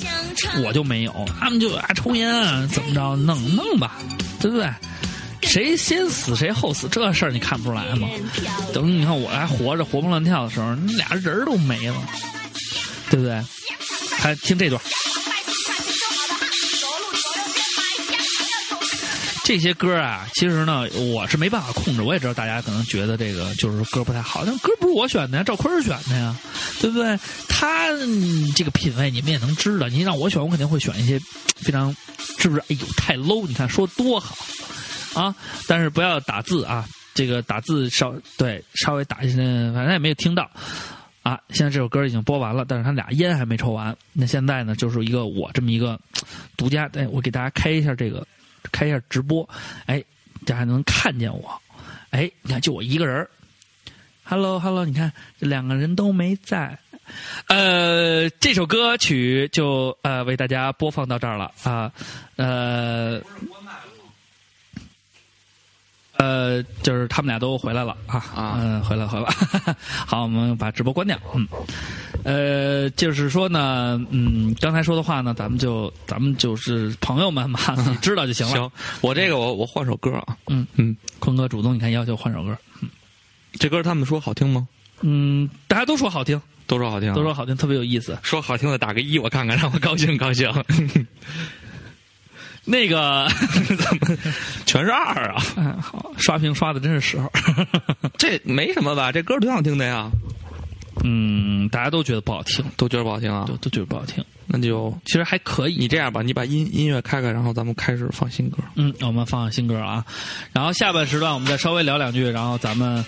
我就没有，他们就啊抽烟啊，怎么着弄弄吧，对不对？谁先死谁后死，这事儿你看不出来吗？等你看我还活着活蹦乱跳的时候，你俩人儿都没了，对不对？还听这段。这些歌啊，其实呢，我是没办法控制。我也知道大家可能觉得这个就是歌不太好，但歌不是我选的呀，赵坤儿选的呀，对不对？他、嗯这个品味你们也能知道，你让我选，我肯定会选一些非常，是不是？哎呦，太 low！你看说多好啊！但是不要打字啊，这个打字稍对稍微打一些，反正也没有听到。啊，现在这首歌已经播完了，但是他俩烟还没抽完。那现在呢，就是一个我这么一个独家，哎，我给大家开一下这个，开一下直播，哎，大家能看见我，哎，你看就我一个人，Hello Hello，你看这两个人都没在。呃，这首歌曲就呃为大家播放到这儿了啊，呃，呃，就是他们俩都回来了啊，
啊
嗯、回来回 来，好，我们把直播关掉，嗯，呃，就是说呢，嗯，刚才说的话呢，咱们就咱们就是朋友们嘛，你知道就行了。
行，我这个我我换首歌啊，
嗯
嗯，
坤哥主动，你看要求换首歌，
这歌他们说好听吗？
嗯，大家都说好听，
都说好听啊，
都说好听，特别有意思。
说好听的打个一，我看看，让我高兴高兴。
那个，
怎么全是二啊？
哎，好， 刷屏刷的真是时候。
这没什么吧？这歌挺好听的呀，
嗯，大家都觉得不好听，
都觉得不好听啊
都？都觉得不好听。
那就
其实还可以，
你这样吧，你把音音乐开开，然后咱们开始放新歌。
嗯，我们放新歌啊，然后下半时段我们再稍微聊两句，然后咱们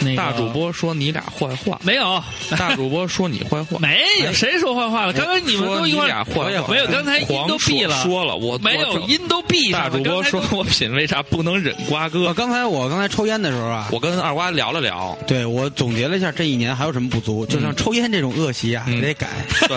那个
大主播说你俩坏 话，
没有，
大主播说你坏话，
没有，
哎
谁说坏话了？刚才你们
说
都一
你
块
俩坏话，
没有，刚才音
黄
都闭
说
了，
说了我
没有
我
音都闭上
大
了。
主播
刚才
说
都啊
我品味差，不能忍瓜
我
哥。
呃刚才我刚才抽烟的时候啊，
我跟二瓜聊了聊，
对我总结了一下这一年还有什么不足，就像抽烟这种恶习啊，
嗯
得改。
对，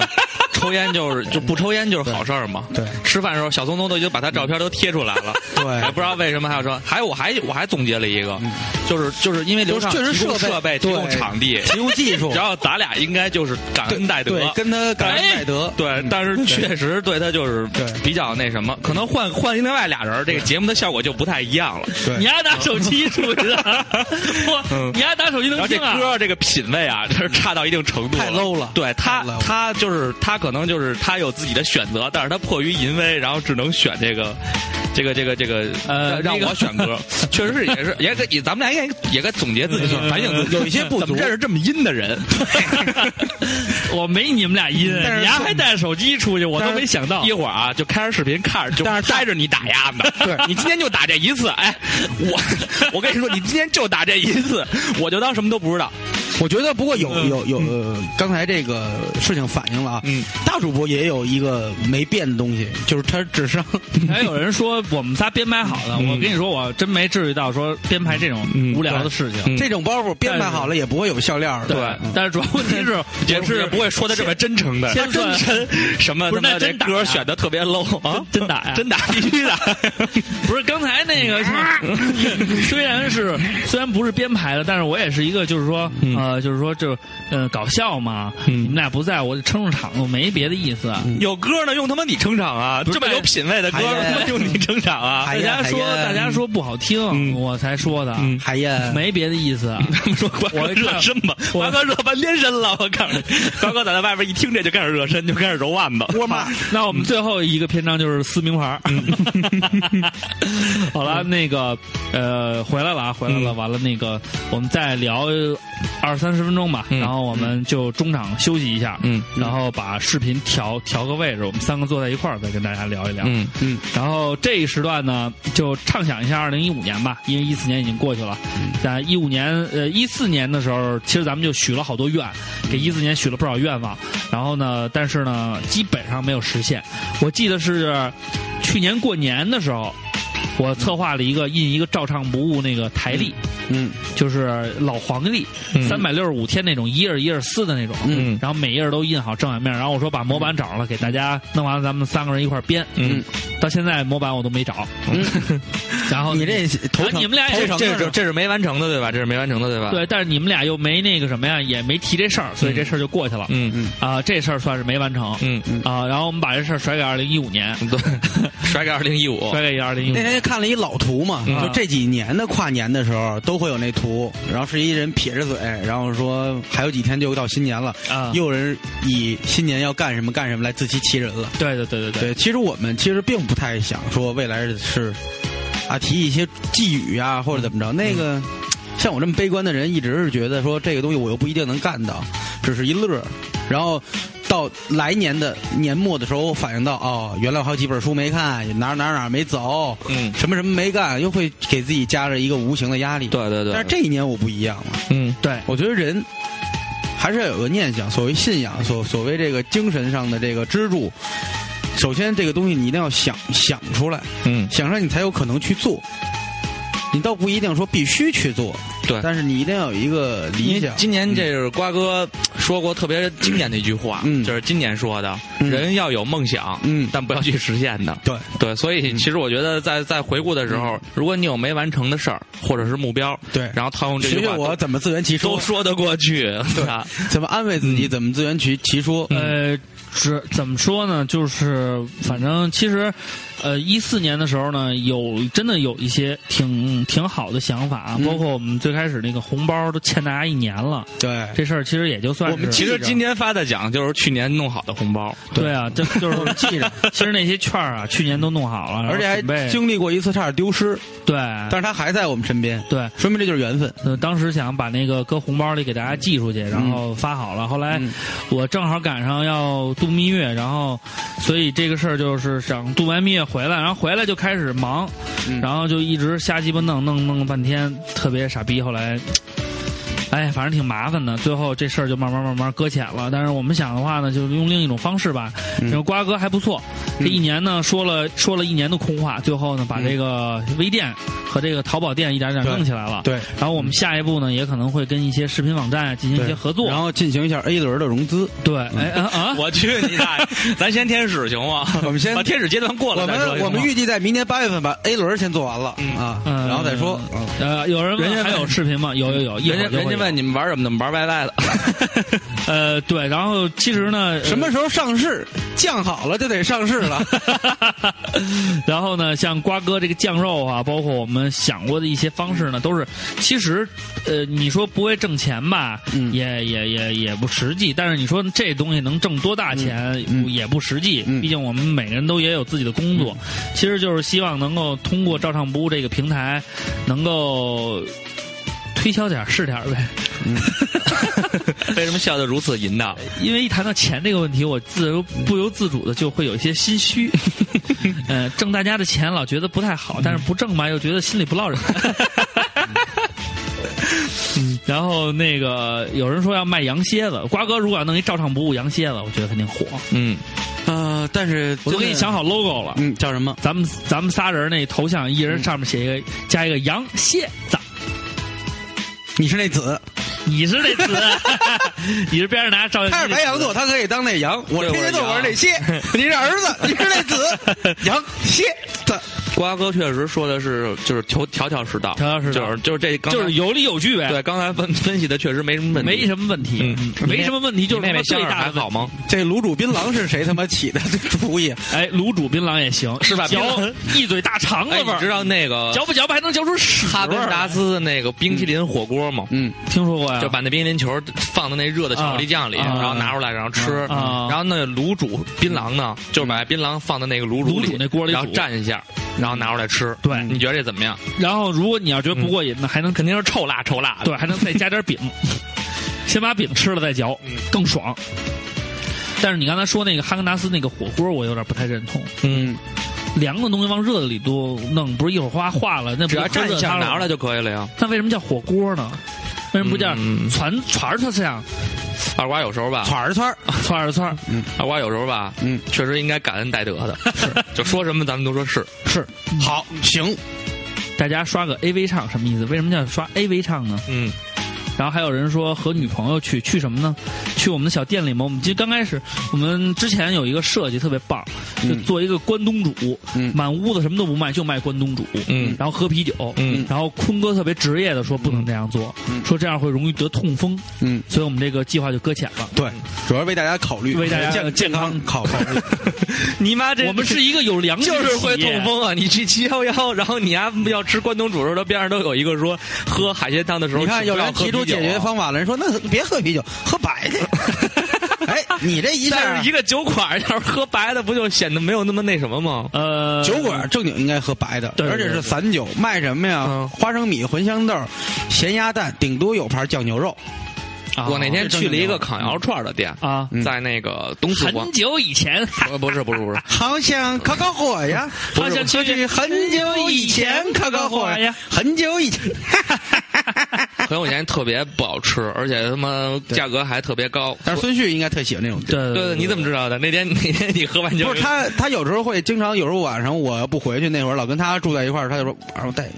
抽烟就是就不抽烟就是好事儿嘛。
对
吃饭的时候小松松都已经把他照片都贴出来了。
对嗯
还不知道为什么还要说，还有我还我还总结了一个，就是就是因为刘畅
确实
提供
设备
设备提供
对
场地，
提供技 术，
然后咱俩应该就是感恩戴德。
对，跟他感恩戴德嗯
哎。对，但是确实对他就是
对
比较那什么，可能换换另外俩人儿，这个节目的效果就不太一样了。
对嗯
你还拿手机是不是？ 我，你还拿手机
嗯然
能
后这
听啊？
歌这个品味啊，这是差到一定程度
太 low 了
对他
太 low 了，
他就是他，可能就是他有自己的选择，但是他迫于淫威，然后只能选这个，这个，这个，这个，
呃那
让
个
让我选歌， 确实是也是也也，咱们俩也也该总结自己，反省自 己，
有一些不足
怎么认识这么阴的 人？
我没你们俩音，
但是
你丫还带着手机出去，我都没想到
一。会儿啊，就开着视频看着，就
但是大
拍着你打压 呢。
对
你今天就打这一次，哎，我我跟你说，你今天就打这一次，我就当什么都不知道。
我觉得，不过有有有，呃刚才这个事情反映了啊，
嗯
大主播也有一个没变的东西，就是他智 商。
还哎有人说我们仨编排好的，
嗯
我跟你说，我真没至于到说编排这种
嗯
无聊的事情。
嗯
这种包袱编排好了也不会有笑料的。
对
嗯，
但是主要问题是，
也
我
是
是
不会说的这么真诚的，
先
他真诚 什么？
不是
他妈
那
这
真打
歌
呀
选的特别 low 啊，
真真打呀
真打必须打。
不是刚才那 个，虽然是虽然不是编排的，但是我也是一个，就是说，
嗯
呃，就是说，就是呃，搞笑嘛。
嗯
你们俩不在，我就撑撑场子，我没别的意思。
有歌呢，用他妈你撑场啊！
不是
这么有品位的歌，
哎呀
他妈用你撑场啊！
哎
大
呀
家说，
哎呀
大家说不好
嗯
听，我才说的，
嗯
海燕，
没别的意思。
他们说瓜哥
我一看
热身吧，
我
瓜哥热半天身了，我告 诉你，瓜哥在那外边一听这就开始热身，就开始揉腕子。
我妈！那我们最后一个篇章就是撕名牌儿。 好了，那个呃，回来了啊，回来了。
嗯
完了，那个我们再聊二三十分钟吧，
嗯
然后我们就中场休息一下，
嗯
然后把视频调调个位置，我们三个坐在一块儿再跟大家聊一聊。
嗯
嗯，
然后这一时段呢，就畅想一下二零一五年吧，因为一四年已经过去了。
嗯
在一五年，呃，一四年的时候，其实咱们就许了好多愿，给一四年许了不少愿望。然后呢，但是呢，基本上没有实现。我记得是去年过年的时候，我策划了一个印一个照唱不误那个台历，
嗯
就是老黄历，
嗯
三百六十五天那种一页一页撕的那种。
嗯
然后每页都印好正反面，然后我说把模板找上了，给大家弄完了，咱们三个人一块儿编。
嗯
到现在模板我都没找。
嗯，
然后
你这头
啊
疼
你们俩也
头
是
疼
这
的
是这是没完成的对吧？这是没完成的对吧？，
对，但是你们俩又没那个什么呀，也没提这事儿，所以这事儿就过去了。
嗯嗯
嗯
啊、这事儿算是没完成。
嗯
啊、然后我们把这事儿甩给二零一五年，
嗯，对，甩给二零一五
甩给二零一五
那。天看了一老图嘛，
嗯
就这几年的跨年的时候都会有那图，然后是一人撇着嘴，然后说还有几天就到新年了，
啊
又有人以新年要干什么干什么来自欺欺人了。
对对对对对，
对，其实我们其实并不太想说未来是啊提一些寄语啊或者怎么着，那个。像我这么悲观的人，一直是觉得说这个东西我又不一定能干到，只是一乐儿。然后到来年的年末的时候，我反应到哦，原来我还有几本书没看，哪儿哪儿哪儿没走，
嗯，
什么什么没干，又会给自己加着一个无形的压力。，
对对对，
但是这一年我不一样了，
嗯
对
我觉得人还是要有个念想，所谓信仰，所所谓这个精神上的这个支柱。首先，这个东西你一定要想想出来，
嗯
想出来你才有可能去做。你倒不一定说必须去做，
对
但是你一定要有一个理
因为
想。
今年这是瓜哥说过特别经典的一句话，
嗯
就是今年说的，
嗯
人要有梦想，
嗯
但不要去实现的。
对，
对，所以其实我觉得在在回顾的时候，如果你有没完成的事儿或者是目标，
嗯对
然后套用这
学
句
学
话
我
都，
怎么自圆其
都
说，
说得过去。对吧？
怎么安慰自己，怎么自圆其其说。
呃，只怎么说呢？就是反正其实，呃，一四年的时候呢，有真的有一些挺挺好的想法啊，
嗯
包括我们最开始那个红包都欠大家一年了，
对，
这事儿其实也就算是
我们
其实今年发的奖就是去年弄好的红包，
对啊，这就是记着。其实那些券儿啊，去年都弄好了，然后
而且
准备
还经历过一次差点丢失，
对，
但是他还在我们身边，
对。
说明这就是缘分。
呃，当时想把那个搁红包里给大家寄出去，然后发好了。后来
嗯
我正好赶上要度蜜月，然后所以这个事儿就是想度完蜜月回来，然后回来就开始忙，
嗯
然后就一直瞎鸡巴弄弄弄了半天，特别傻逼。后来，哎，反正挺麻烦的。最后这事儿就慢慢慢慢搁浅了。但是我们想的话呢，就是用另一种方式吧。
嗯
然后瓜哥还不错，这一年呢说了说了一年的空话，最后呢把
嗯
这个微店和这个淘宝店一点点
对
弄起来了。
对，
然后我们下一步呢，也可能会跟一些视频网站啊进行一些合作。
然后进行一下 A 轮的融资。
对，哎啊啊，
我去你 大爷！咱先天使行吗？
我们先
把天使阶段过
我
了再说
们
行吗
我们预计在明年八月份把 A 轮先做完了、
嗯
啊，
嗯
然后再说。
呃，有人
人
问
家问
还有视频吗？有有有，一会
人
儿
家
就会
人家
有
问你们玩什么的，我们玩 YY 了。
呃，对，然后其实呢，呃
嗯什么时候上市？降好了就得上市了。
然后呢，像瓜哥这个酱肉啊，包括我们想过的一些方式呢，都是其实，呃，你说不会挣钱吧，
嗯
也也也也不实际。但是你说这东西能挣多大钱，
嗯嗯
也不实际。
嗯
毕竟我们每个人都也有自己的工作，其实就是希望能够通过照唱不误这个平台，能够推销点儿是点儿呗。
为什么笑得如此淫荡？
因为一谈到钱这个问题，我自由不由自主的就会有一些心虚。呃，挣大家的钱老觉得不太好，但是不挣吧又觉得心里不落忍。嗯然后那个有人说要卖羊蝎子，瓜哥如果要弄一照唱不误羊蝎子，我觉得肯定火。
嗯，
呃，但是
我都
真
给
的
你想，好 logo 了，
嗯，叫什么？
咱们咱们仨人那头像，一人上面写一个加一个羊蝎子，
你是那子，
你是那词，你是边上拿照相
他
机
是
那
白羊
子
座，他可以当那羊。我
对
天蝎座，
我
我
是
是那蝎。你是儿子，你是那子， 羊蝎子。
瓜哥确实说的是，就是条条条是道，
条条是道
就是就是这刚才
就是有理有据呗，
对刚才分分析的确实没什么问题，
没什么问题，
嗯
嗯没什么问题，就是
妹
他
妹
妈
香
最
儿
大
还
的问
好
题？
吗？
这卤煮槟榔是谁他妈起的这主意？啊
哎，卤煮槟榔也行，
是吧
嚼
槟
一嘴大肠子
哎，
味
你知
儿，
道那个
嚼吧嚼吧还能嚼出屎味
哈根
儿
达
来。
斯的那个冰淇淋火锅吗？
嗯，
听说过呀？
就把那冰淇淋球放到那热的巧克力酱里，
啊啊
然后拿出来，然后吃。
啊
嗯
啊
然后那卤煮槟榔呢，就是把槟榔放到那个卤煮
卤煮那嗯锅里
然后
煮
蘸一下，然后拿出来吃。
对
你觉得这怎么样？
然后如果你要觉得不过瘾，那还能
嗯肯定是臭辣臭辣的。
对，还能再加 点饼，先把饼吃了再嚼，
嗯
更爽。但是你刚才说那个哈根达斯那个火锅，我有点不太认同。
嗯，
凉的东西往热的里多弄，不是一会儿哗化了，那不
只
是
要蘸
喝
一
热
下
汤了
拿出来就可以了呀。
那为什么叫火锅呢？为什么不叫
嗯
传传它像
二瓜有时候吧，
串儿串儿，
嗯
串儿串儿？
二瓜有时候吧，
嗯，
确实应该感恩戴德的， 就说什么咱们都说是。
是
好，行，
大家刷个 AV 唱什么意思？为什么叫刷 AV 唱呢？
嗯，
然后还有人说和女朋友去，去什么呢？去我们的小店里嘛。我们
嗯
就刚开始，我们之前有一个设计特别棒，就
嗯
做一个关东煮，
嗯
满屋子什么都不卖，就卖关东煮，
嗯
然后喝啤酒，
嗯
然后坤哥特别职业的说不能这样做，
嗯
说这样会容易得痛风，
嗯，
所以我们这个计划就搁浅了。
对，主要为大家考虑，
为大家
健
健康
考考 虑。
你妈这
我们是一个有良心的
就是会
企业
痛。风啊！你去七幺幺，然后你丫要吃关东煮的时候，它边上都有一个说喝海鲜汤的时候，
你看，
请
有
不要
人提出
喝啤酒
解
啊
决，方法了，人说那别喝啤酒，喝白的。 哎，你这一下
但是一个酒馆要是喝白的，不就显得没有那么那什么吗？
呃，
酒馆正经应该喝白的，
对对
而且
对对
是散酒，卖什么呀
嗯？
花生米、茴香豆、咸鸭蛋，顶多有盘酱牛肉。
啊
我那天去了一个烤羊肉串的店，
啊，
嗯
在那个东四环
很，久以前，
不不是不是 不是，
好想烤烤火呀！
好想
不是
去
去很久以前烤烤火呀，很久以前。
很久以前特别不好吃，而且他妈价格还特别高。
但是孙呃旭应该特喜欢那种店。
对
对对，你怎么知道的？那天那天 你喝完酒
不是他，他有时候会经常，有时候晚上我要不回去，那会儿老跟他住在一块儿，他就说晚上我带你，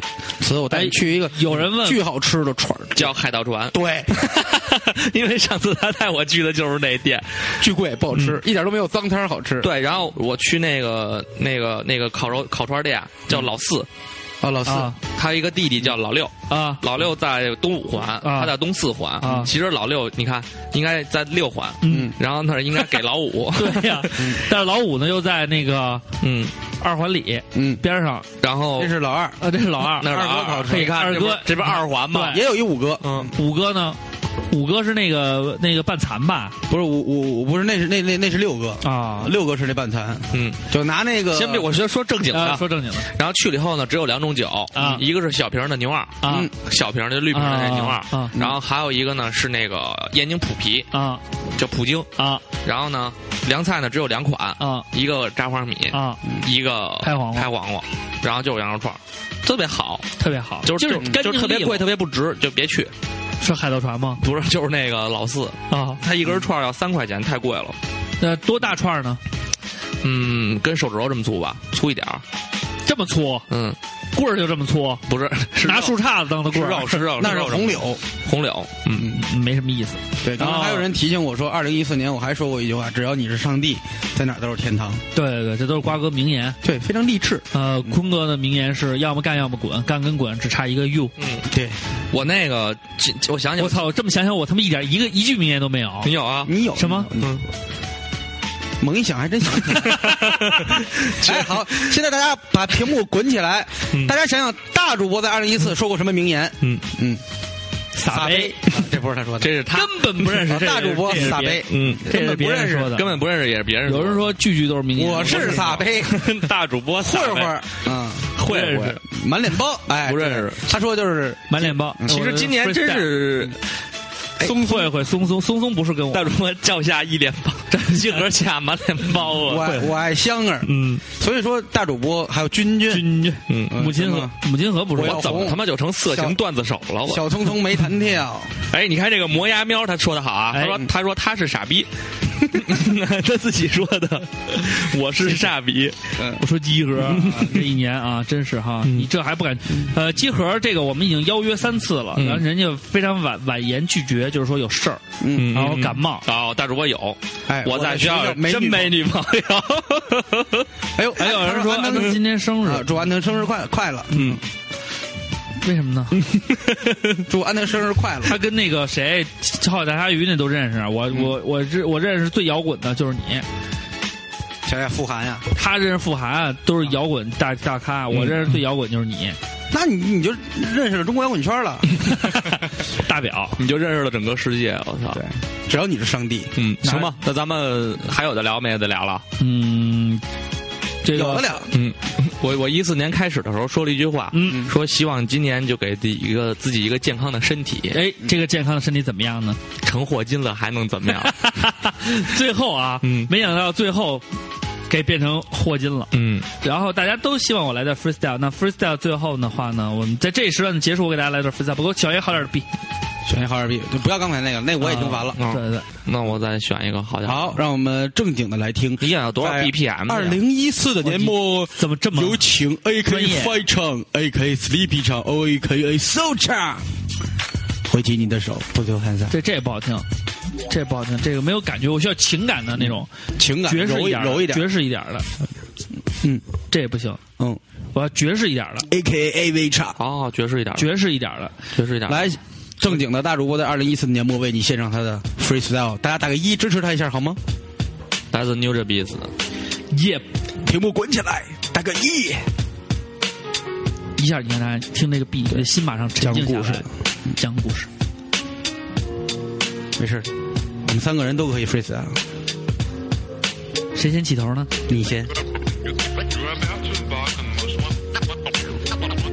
死我带你去一个
有人问
巨好吃的串儿，
叫海盗船，
对，
因为上次他带我去的就是那店。
巨贵不好吃，一点都没有脏摊儿好吃。
对，然后我去那个那个那个烤肉烤串店叫
嗯
老四，
啊，老四，
啊
他有一个弟弟叫老六，
啊
老六在东五环，他在东四环
啊。
其实老六你看应该在六环，
嗯，。
然后那儿应该给老五
对 呀、但是老五呢又在那个
嗯，
二环里
嗯，
边上，
然后
这是老二，
啊，这是老二，
那是老
二哥烤
二，
串
你看
二
这不
哥
这不是二环
哎
吗？
也有一五哥，
嗯，
五哥呢，五哥是那个那个半残吧？
不是五五五，不是那是那那那是六哥，
啊，
六哥是那半残，
嗯，
就拿那个
先别，我先说正经
呃啊
的，
说正经的
然后去了以后呢，只有两种酒
啊
一个是小瓶的牛二，
啊
嗯
小瓶的绿瓶的那牛二
啊啊啊，
然后还有一个呢是那个燕京普啤，
啊
叫普京。
啊
然后呢，凉菜呢只有两款，
啊
一个炸花米，
啊，
一个
拍黄瓜
拍黄瓜，然后就有羊肉串儿，特别好，
特别好，
就是
就是干
就
净
是特别
利
贵，
落，
特别不值，就别去。
是海盗船吗？
不是， 就是那个老四，
啊，
他一根串儿要三块钱，太贵了。
那多大串呢？
嗯，跟手指头这么粗吧，粗一点儿。
这么粗，
嗯，
棍儿就这么粗，
不是， 是
拿
肉
树杈子当的
是
棍儿
肉，是肉，
那
是
是
肉
红柳。
红柳。嗯，
没什么意思。
对，刚
哦
刚还有人提醒我说，二零一四年我还说过一句话：只要你是上帝，在哪儿都是天堂。
对对对，这都是瓜哥名言。
对，非常励志。
呃，坤哥的名言是要么干要么滚，干跟滚只差一个 you。
对
我那个，这我想
我
想，
操，这么想想我他妈一点一个一句名言都没有。
你有啊？
你有
什么？
你有
嗯
哦猛一想还真想起来。哎，好，现在大家把屏幕滚起来，大家想想大主播在二零一四说过什么名言？
嗯
嗯，
撒
杯，啊这不是他说的，
这是他，
根本不认 识
啊
这
大主播
这是
撒
别
杯。
嗯，
这
根
是
本
别
不
人
认识
说的。
根本不认识，也是别人。
有人嗯说句句都是名言，
我是撒杯，
大主播
会
嗯撒
儿
贝
会儿，嗯，
不
会
认识
会。
满脸包，哎，
不认识
对。他说就是
满脸包。
其实今年真是
哎松会会松松松松不是跟我
大主播叫下一脸包，集合下马脸包
我
啊，
爱我爱香儿，
嗯，
所以说大主播还有君君，
君君，嗯，
嗯
母亲
什
河
么，
母亲河不是
我要
我怎么
红
他妈就成色情段子手了？我
小聪聪没弹跳，
哎，你看这个磨牙喵，他说的好啊，他说
哎
他说他是傻逼，他自己说 的，我是傻逼，
我说集 合、啊这一年啊，真是哈，
嗯
你这还不敢？呃，集合这个我们已经邀约三次了，
嗯
然后人家非常婉婉言拒绝，就是说有事儿，
嗯，
然后感冒。
哦，大主播有，
哎，
我在学校
没
真
女朋
没
友，
女朋友。
哎呦，
还有人说嗯
安
安藤
藤
今天生日，
啊，祝安藤生日快快乐，
嗯，
为什么
嗯
呢？
祝安藤生日快乐，
他跟那个谁，超海大鲨鱼那都认识。啊我
嗯
我我知我认识最摇滚的就是你，
小亚富含呀，
他认识傅函都是摇滚
嗯
大大咖，我认识最摇滚就是你，
那你你就认识了中国摇滚圈了，
大表。
你就认识了整个世界，我操！
只要你是上帝，
嗯，
那
行吧，那咱们还有的聊没得聊了？
嗯，这
有
个
得了，
嗯，我我一四年开始的时候说了一句话，
嗯，
说希望今年就给自己一个自己一个健康的身体，
哎，这个健康的身体怎么样呢？
成霍金了还能怎么样？
最后啊，
嗯
没想到最后给变成霍金了。
嗯，
然后大家都希望我来段 freestyle，那 freestyle 最后的话呢，我们在这一时段的结束，我给大家来段 freestyle。不过小 A 好点儿逼，啊
选一号二 B，就不要刚才那个，那我也听烦了。
嗯
对对，
那我再选一个好家伙，
啊好，让我们正经的来听。
你想要多少 BPM？
二零一四的年末，
怎么这么
有请 AK
专业
Five 场、AK Sleepy 场、OAKA So 场。挥起你的手，不求散散。
这这也不好听，这也不好听，这个没有感觉，我需要情感的那种
情嗯感
爵士
柔
一
一
点儿的
柔一点
爵
儿。
士一点儿的，
嗯
这也不行，
嗯
我要爵士一点儿的，
，AKA V 场。
哦，爵士一点，
爵士一点儿的，
爵士一点，
来，正经的大主播在二零一四年末为你献上他的 freestyle，大家打个一支持他一下好吗？
来自 New j a b e a s
耶、
屏幕滚起来，打个一。
一下你看他听这个 B，你的心马上沉静下来，
讲故事
讲故事，
没事，我们三个人都可以 freestyle，
谁先起头呢？
你先。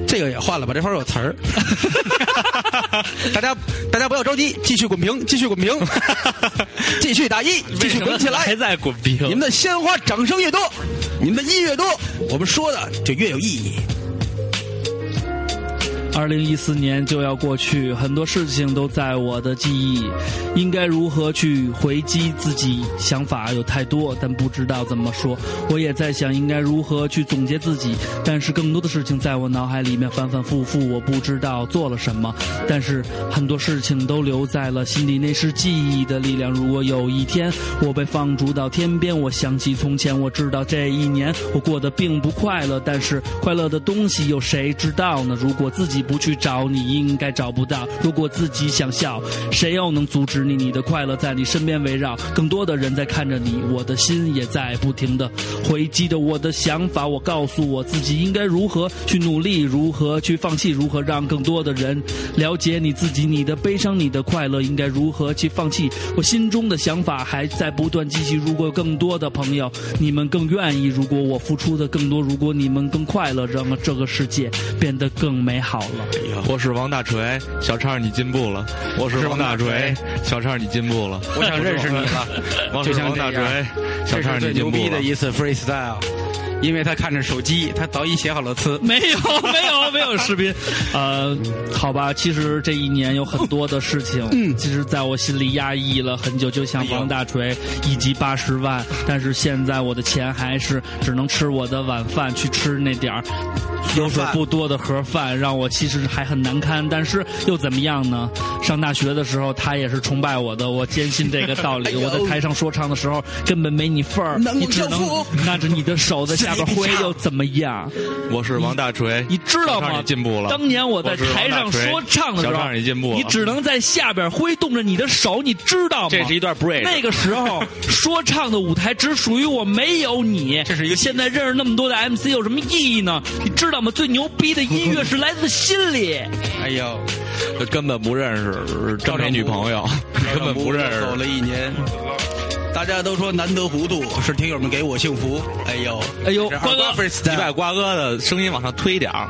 这个也换了吧，这会儿有词儿。 大家大家不要着急，继续滚屏，继续滚 屏，继续打一，继续滚起来
还。在滚冰，
你们的鲜花掌声越多，你们的一越多，我们说的就越有意义。
二零一四年就要过去，很多事情都在我的记忆。应该如何去回击自己？想法有太多，但不知道怎么说。我也在想应该如何去总结自己，但是更多的事情在我脑海里面反反复复，我不知道做了什么。但是很多事情都留在了心里，那是记忆的力量。如果有一天我被放逐到天边，我想起从前，我知道这一年我过得并不快乐，但是快乐的东西有谁知道呢？如果自己不去找，你应该找不到；如果自己想笑，谁又能阻止你？你的快乐在你身边围绕，更多的人在看着你，我的心也在不停的回击着我的想法。我告诉我自己应该如何去努力，如何去放弃，如何让更多的人了解你自己，你的悲伤，你的快乐应该如何去放弃。我心中的想法还在不断积极。如果有更多的朋友，你们更愿意；如果我付出的更多，如果你们更快乐，让这个世界变得更美好了。
我是王大锤，小畅你进步了。我是王大锤，小畅你进步了。
我想认识你了，
我
就是像
王大
这样
锤，小
这
畅
是
你
最
进
牛
步
逼
了
的。一次 freestyle，因为他看着手机，他早已写好了词。
没有，没有，没有视频。呃，好吧，其实这一年有很多的事情，嗯，其实在我心里压抑了很久，就像王大锤一集八十万，但是现在我的钱还是只能吃我的晚饭，去吃那点儿油水不多的盒饭，让我其实还很难堪，但是又怎么样呢？上大学的时候，他也是崇拜我的，我坚信这个道理。我在台上说唱的时候，根本没你份儿，
能
你只能拿着你的手在下边挥，又怎么样？
我是王大锤，
你知道
小畅
吗？
你进步了。
当年我在台上说唱的时
小
候，
畅你进步了。
你只能在下边挥动着你的手，你知道吗？
这是一段 break。
那个时 候说唱的舞台只属于我，没有你。这是一个现在认识那么多的 MC 有什么意义呢？你知道吗？最牛逼的音乐是来自心里。
哎呦，
根本不认识，真没女朋友，根本不认
走
识。
了一年。大家都说难得糊涂，是听友们给我幸福。哎呦，
哎呦，
这
瓜哥
二瓜，
你把
freestyle，
瓜哥的声音往上推一点儿，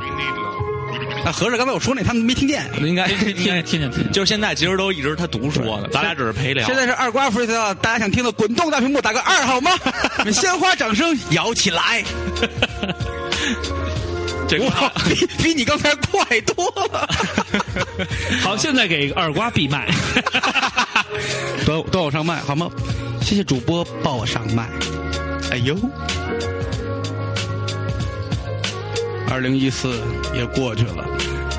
啊，合着刚才我说那他们没听见。
应该
听
应该
听听见听 见
就是现在其实都一直他独说呢，咱俩只是陪聊。
现在是二瓜 freestyle，大家想听的滚动大屏幕打个二好吗？ 我们鲜花掌声 摇起来！
这个
哇，比比你刚才快多 了。
好，现在给二瓜闭 麦。
端端我上麦好吗？谢谢主播抱我上麦。哎呦，二零一四也过去了，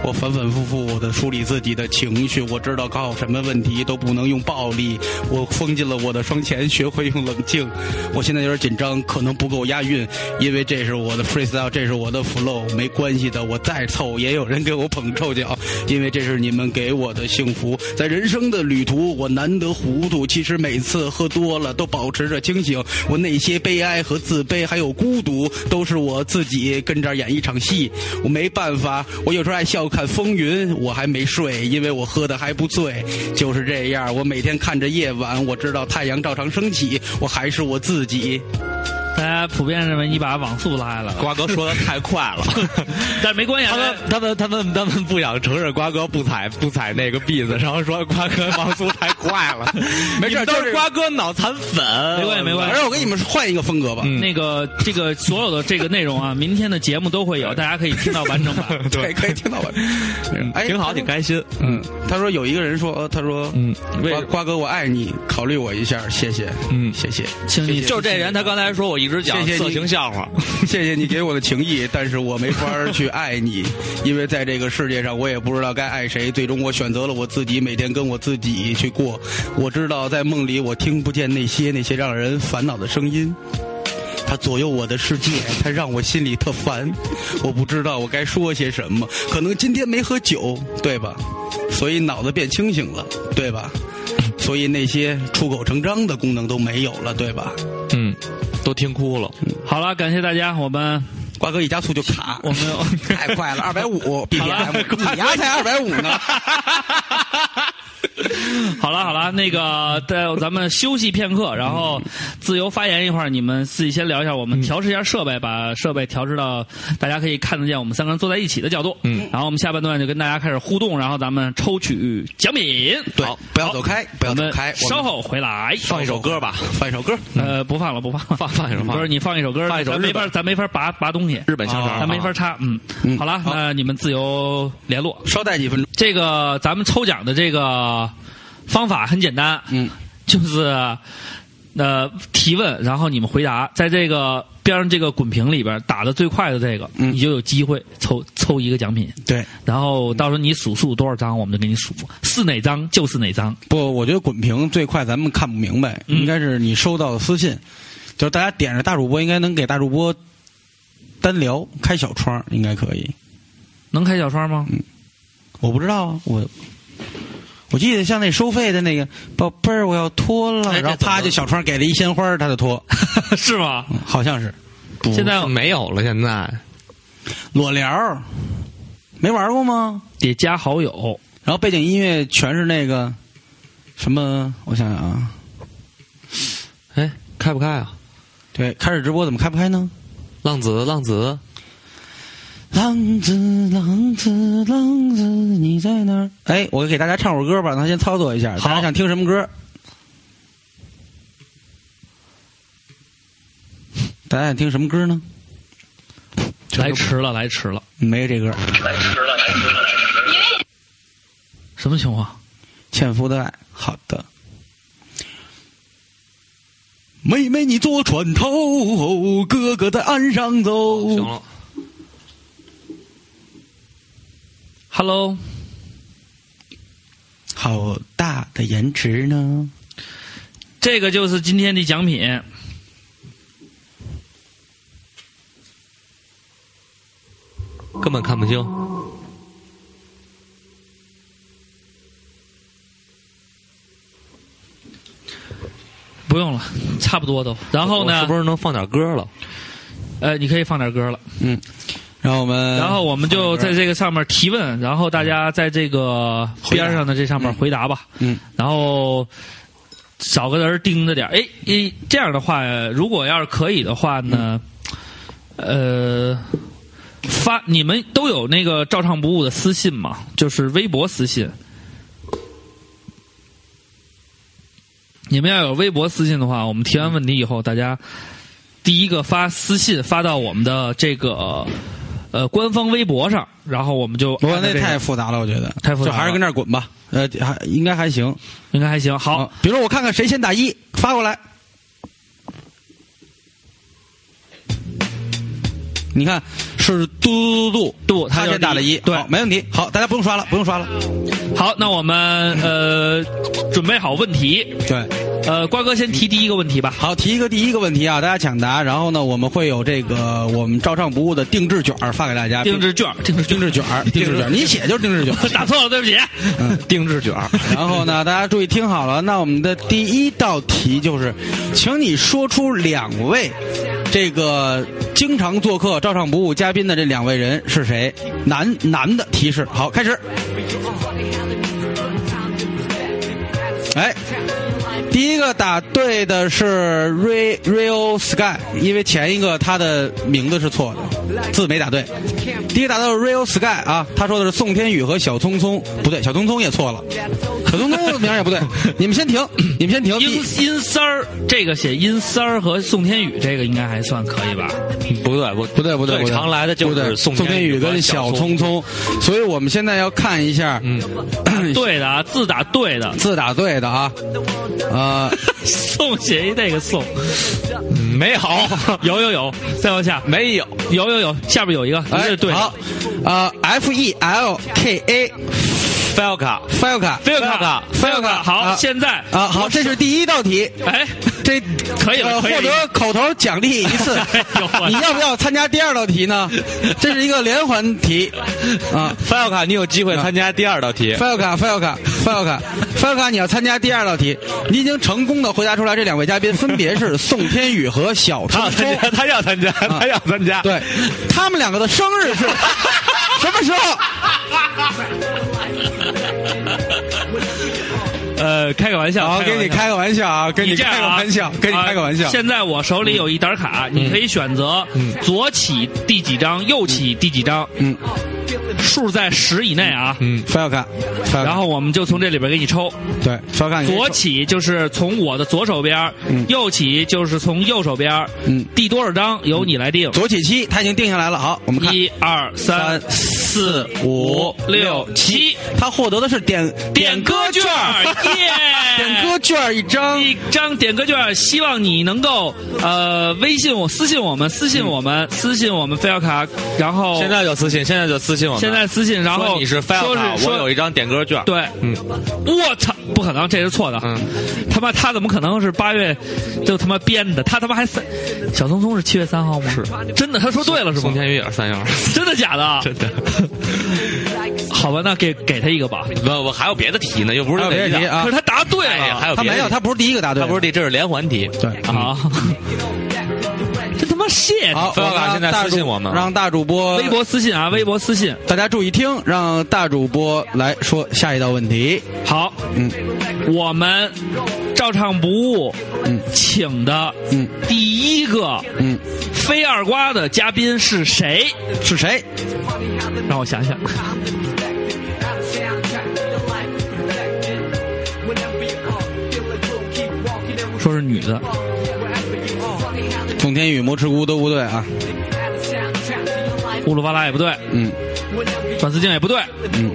我反反复复的梳理自己的情绪，我知道搞什么问题都不能用暴力，我封禁了我的双前，学会用冷静。我现在有点紧张，可能不够押韵，因为这是我的 freestyle，这是我的 flow，没关系的，我再凑也有人给我捧臭脚，因为这是你们给我的幸福。在人生的旅途，我难得糊涂，其实每次喝多了都保持着清醒，我那些悲哀和自卑还有孤独，都是我自己跟这儿演一场戏，我没办法，我有时候爱笑看风云，我还没睡，因为我喝的还不醉，就是这样，我每天看着夜晚，我知道太阳照常升起，我还是我自己。
大家普遍认为你把网速拉下来了，
瓜哥说的太快 了，
但是没关系
他
啊
们。他们他们他们不想承认瓜哥不踩不踩那个篦子，然后说瓜哥网速太快 了，
没
你
事
们都
就是
瓜哥脑残粉，
没关系没关系
反
呃
正我给你们换一个风格吧，
嗯
那个，这个所有的这个内容啊，明天的节目都会有，大家可以听到完 整版。
对，可以听到 我。哎，
挺好，
他说
挺开心。
嗯，他说有一个人说，呃他说，嗯，
为
瓜瓜哥，我爱你，考虑我一下，谢谢，嗯，谢谢，
请你
就这
啊
人，他刚才说我一直讲
谢谢
色
你
情笑话，
谢谢你给我的情谊，但是我没法儿去爱你， 因为在这个世界上，我也不知道该爱谁。最终，我选择了我自己，每天跟我自己去过。我知道，在梦里，我听不见那些那些让人烦恼的声音。它左右我的世界，它让我心里特烦，我不知道我该说些什么。可能今天没喝酒，对吧？所以脑子变清醒了，对吧？所以那些出口成章的功能都没有了，对吧？
嗯，都听哭了。
好了，感谢大家，我们
瓜哥一加速就卡，
我们
太快了，二百五 BPM，你丫才二百五呢！
好了好了，那个待会儿咱们休息片刻，然后自由发言一会儿，你们自己先聊一下，我
嗯
们调试一下设备，把设备调试到大家可以看得见我们三个人坐在一起的角度。嗯，然后我们下半段就跟大家开始互动，然后咱们抽取奖品。
对
好，
不要走开，不要
我
走
们
开，我们
稍后回来。
放一首歌吧，
放一首歌，
呃，不放了，不放了，放
嗯放一首放
不是你放一首歌，
放一首
咱
日
没
本
法，咱没法拔拔东西，
日本香肠，
咱没法插。嗯，好了，那你们自由联络。
稍待几分钟。
这个咱们抽奖的这个方法很简单，
嗯，
就是呃提问，然后你们回答，在这个边上这个滚屏里边打的最快的这个，
嗯
你就有机会抽抽一个奖品。
对，
然后到时候你数数多少张，我们就给你数，是哪张就是哪张。
不，我觉得滚屏最快，咱们看不明白，
嗯
应该是你收到的私信，就是大家点着大主播，应该能给大主播单聊开小窗，应该可以。
能开小窗 吗？
我不知道啊，我我记得像那收费的那个宝贝儿，我要脱了，
哎
然后
这怎么
啪就小窗给了一鲜花，他就脱，
是吗？
嗯好像是
现在
没有了，现在
裸聊，没玩过吗？
得加好友，
然后背景音乐全是那个什么，我想想啊，
哎，开不开啊？
对，开始直播怎么开不开呢？
浪子，浪子，
浪子，浪子，浪子，你在哪儿？哎，我给大家唱会儿歌吧，咱先操作一下，大家想听什么歌？大家想听什么歌呢？
来迟了，来迟了，
没这歌，《
什么情况？
纤夫的爱》。好的。妹妹，你坐船头，哥哥在岸上走。
行
哦
了，
Hello，
好大的颜值呢！
这个就是今天的奖品。
根本看不清。
不用了，差不多都。然后
我
呢？
是不是能放点歌了？
呃，你可以放点歌了。
然后我
嗯
们，
然后我们就在这个上面提问，然后大家在这个边上的这上面回答吧。
嗯，
然后找个人盯着点儿。哎，一这样的话，如果要是可以的话呢，呃，发你们都有那个照唱不误的私信吗？就是微博私信。你们要有微博私信的话，我们提完问题以后，大家第一个发私信发到我们的这个呃官方微博上，然后我们就
不过
按照
那
这个
太复杂了，我觉得
太复杂了
就还是跟那儿滚吧。呃，还应该还行。
应该还行。好
啊，比如说我看看谁先打一发过来。你看是嘟嘟嘟
嘟他
他
就
先打了一，
对
好没问题。好，大家不用刷了，不用刷了。
好，那我们呃准备好问题，
对，
呃，瓜哥先提第一个问题吧。
好，提一个第一个问题啊，大家抢答。然后呢，我们会有这个我们照唱不误的定制卷儿发给大家，
定制券，定制
啊定
券，
制卷儿，定制卷儿，你写就是定制卷 儿。
打错了，对不起。
定制 卷儿，
然后呢，大家注意听好了，那我们的第一道题就是，请你说出两位这个经常做客照唱不误嘉宾的这两位人是谁？男男的提示，好，开始。哎，第一个打对的是 Ray Rio Sky，因为前一个他的名字是错的，字没打对。第一个打到是 Rio Sky 啊，他说的是宋天宇和小聪聪，不对，小聪聪也错了，小聪聪的名儿也不对。你们先停，你们先停。
阴
第
阴三儿，这个写阴三儿和宋天宇这个应该还算可以吧？
不对，不
不对不对，不
最
对
常来的就
不对
是宋
宋天宇
和
跟
小
小聪聪，所以我们现在要看一下， 嗯，
对的啊，字打对的，
字打对的啊，呃，
宋写一那个宋，没有， 有有有，再往下没有，有有有，下边有一个，一个
哎
是，对的，
好，呃，F E L K A
Falca，
Felka
菲尔卡，
菲尔卡
好，
啊
现在
啊，好，这是第一道题，
哎，
这
可以了
呃
可以了
获得口头奖励一次
呦我。
你要不要参加第二道题呢？这是一个连环题啊。
Falca，你有机会参加第二道题。
菲尔卡，菲尔卡，菲尔卡，菲尔卡，你要参加第二道题，你已经成功的回答出来，这两位嘉宾分别是宋天宇和小
他要
啊
聪
参
聪。
加，他要参加，他要参加。
对，他们两个的生日是什么时候？
呃，开个玩笑，
好，给你
玩笑
开个玩笑啊，给
你
你
这样
开个
啊
玩笑，给你开个玩
啊
笑。嗯
现在我手里有一沓卡，你可以选择左起第几张，右起第几张，
嗯，
数在十以内啊。
嗯，菲尔卡，菲尔卡
然后我们就从这里边给你抽，
对，菲尔卡，你
左起就是从我的左手边，右起就是从右手边，
嗯
第多少张由你来定。
左起七，他已经定下来了。好，我们看
一二三
三
四
五
六七，
他获得的是点
点歌券 儿，耶！
点歌券儿一张。
一张点歌券，希望你能够呃微信我、私信我们、私信我们、私信我们飞奥卡，然后
嗯现在就私信，现在就私信我们。
现在私信，然后
说你是
说
Falca，
是
我有
说
一张点歌券。，
对，
嗯，
我操，不可能，这是错的，
嗯
他妈他怎么可能是八月就他妈编的？他他妈还三，小聪聪是七月三号吗？是真的，他说对了是
宋
吗？
天宇也是三幺 二。
真的假的？
真的。
好吧，那给给他一个吧。
不不，还有别的题呢，又不是
还有
这
别的
一
题
道
啊
可是他答对
哎呀，
了，
还有
他
别的
没有，
题
他不是第一个答对
他
的，
不是这，这是连环题。
对。
啊，这他妈 shit！
好，
菲尔卡
我让
现在
大
私信
主
我们啊
让大主播
微博私信啊，微博私信。
大家注意听，让大主播来说下一道问题。
好，
嗯，
我们照唱不误，
嗯
请的
嗯
第一个
嗯，
非二瓜的嘉宾是谁？
是谁？
让我想想。说是女的，
宋天宇、魔吃菇都不对啊。
乌鲁巴拉也不对，
嗯
短丝镜也不对。
嗯，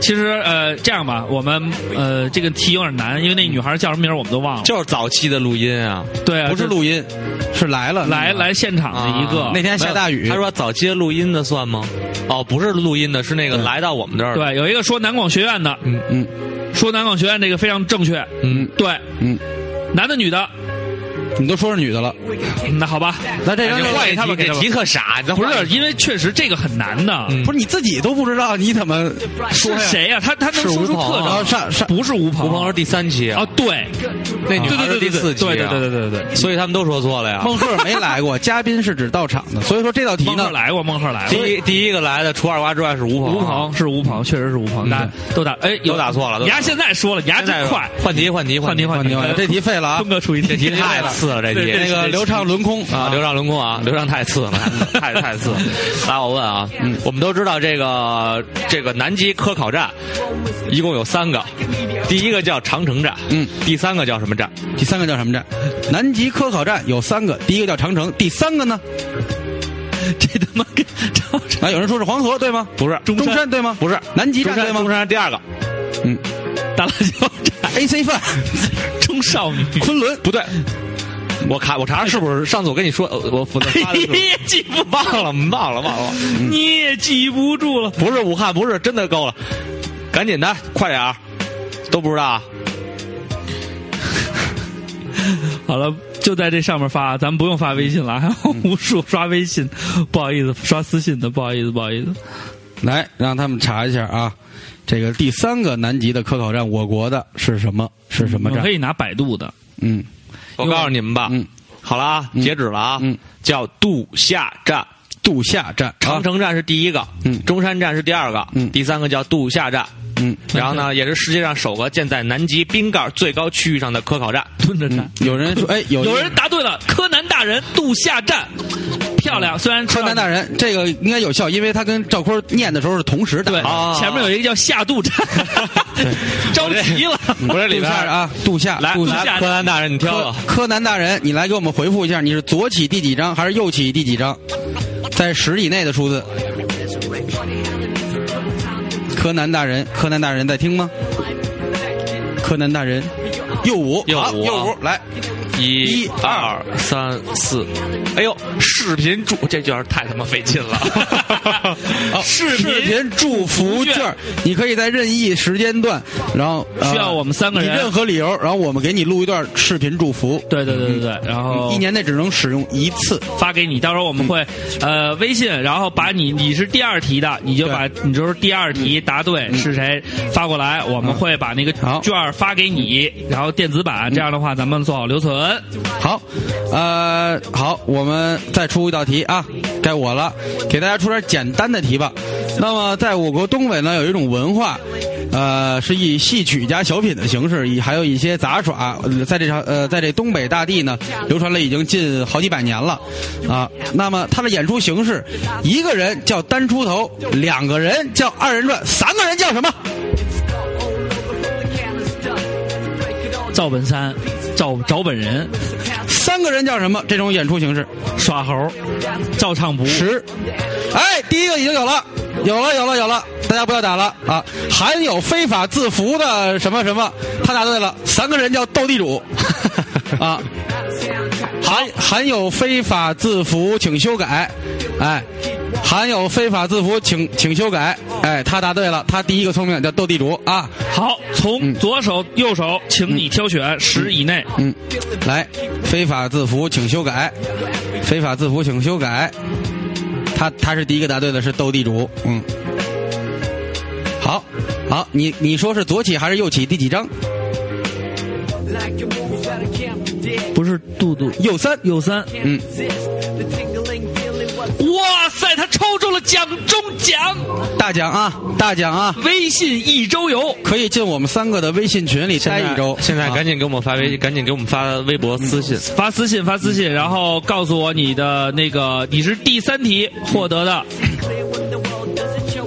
其实呃，这样吧，我们呃这个题有点难，因为那女孩叫什么名儿我们都忘了。
就是早期的录音啊，
对啊，
不是
就
录音，是来了
来来现场的一个，
啊
那天下大
没有
雨
他，说早期的录音的算吗？哦，不是录音的，是那个来到我们这儿的。
对，有一个说南广学院的，
嗯
说南广学院这个非常正确，
嗯
对，
嗯，
男的女的，
你都说是女的了，哎
那好吧，
那这张
你
这
换一
他
题，
们给他
这
们
题可傻，你
不是因为确实这个很难的，
嗯
不是你自己都不知道，你怎么
是
说呀？
谁呀、啊他他能
是
说
吴
出
鹏啊
特
然后
征，
啊上上
不是吴鹏，
吴鹏是第三期
啊，，对，
那女孩是
对对对对
第四期啊，
对对对对对对
所以他们都说错了呀。
孟鹤没来 过，嘉宾是指到场的，所以说这道题
孟
呢
鹤，来过，孟鹤来
第
过。
一第一个来的除二瓜之外是吴鹏，啊
吴鹏是吴鹏，确实是吴鹏，大家都打哎，有
嗯都打错了都
你丫现在说了，你丫
现在
真快，
换题换题
换题
题
换
换题换题，这题废了啊
峰！哥出一题，
这题太次了这题，
那个流畅轮空
啊，流畅轮空啊，流畅太次了， 太太次了。来，我问啊，我们都知道这个这个南极科考站一共有三个，第一个叫长城站，
嗯，
第三个叫什么站？
第三个叫什么站？南极科考站有三个，第一个叫长城，第三个呢？
这他妈跟张
啊，有人说是黄河对吗？
不是
中
中
山对吗？
不是
南极
中
站
山
对吗
中？山第二个
嗯
大辣椒站
，AC 饭，
中少 女，
昆仑
不对，我查我查查是不是上次我跟你说呃我我发的时候嗯
你也记不，
忘了忘了忘了，
你也记不住了。
不是武汉，不是真的够了，赶紧的，快点儿，都不知道啊。
好了，就在这上面发，咱们不用发微信了，还有
嗯
无数刷微信，不好意思，刷私信的，不好意思，不好意思。
来，让他们查一下啊。这个第三个南极的科考站，我国的是什么？是什么
我
站
可？以拿百度的，
嗯，
我告诉你们吧，
嗯
好了啊，
嗯
截止了啊，
嗯
叫杜下站，
杜下站，啊
长城站是第一个，
嗯
中山站是第二个，
嗯
第三个叫杜下站。
嗯，
然后呢，也是世界上首个建在南极冰盖最高区域上的科考站。
蹲着
嗯
站。，
有人说，哎，有
有人答对了，柯南大人杜下站，漂亮。虽然
柯南大
人
人，这个应该有效，因为他跟赵坤念的时候是同时打
对
的。
啊
前面有一个叫下渡站， 着急了。
我这里
杜
边
下啊，杜下，
来
杜下
下
来，
站
柯南大人，你挑
柯
吧。
柯南大人，你来给我们回复一下，你是左起第几张还是右起第几张？在十以内的数字。柯南大人，柯南大人在听吗？柯南大人，右五，
右五
好
啊
右五，来，
一
一
二三四，哎呦，视频助这句儿太他妈费劲 了。
好
视频
视频祝福券儿，你可以在任意时间段，然后呃
需要我们三个人
以任何理由，然后我们给你录一段视频祝福，嗯
对对对对对，然后
一年内只能使用一次。
发给你，到时候我们会、
嗯
呃微信，然后把你你是第二题的，你就把你就是第二题答对是谁发过来，我们会把那个
嗯好嗯
券儿发给你，然后电子版，这样的话咱们做好留存。
好，呃，好，我们再出一道题啊，该我了，给大家出点简单的题吧。那么，在我国东北呢，有一种文化，呃，是以戏曲加小品的形式，以还有一些杂耍，呃在这条呃，在这东北大地呢，流传了已经近好几百年了啊。那么，它的演出形式，一个人叫单出头，两个人叫二人转，三个人叫什么？
赵本山，赵找本人，
三个人叫什么？这种演出形式。
耍猴，照唱不误。
十，哎，第一个已经有了，有了，有了，有了，大家不要打了啊！含有非法字符的什么什么，他答对了，三个人叫斗地主， 啊，含含有非法字符，请修改，哎，含有非法字符，请请修改，哎，他答对了，他第一个聪明叫斗地主啊，
好，从
嗯
左手、右手，请你挑选十以内。
嗯，来，非法字符请修改，非法字符请修改。他他是第一个答对的，是斗地主。嗯，好，好，你你说是左起还是右起？第几张？
不是杜杜，
右三。
右三。
嗯，
哇塞，他抽中了奖中奖，
大奖啊，大奖啊！
微信一周游。
可以进我们三个的微信群里待一周。啊
现在赶
紧、
紧给我们发微，赶紧给我们发微博私信。
发私信，发私信，然后告诉我你的那个你是第三题获得的。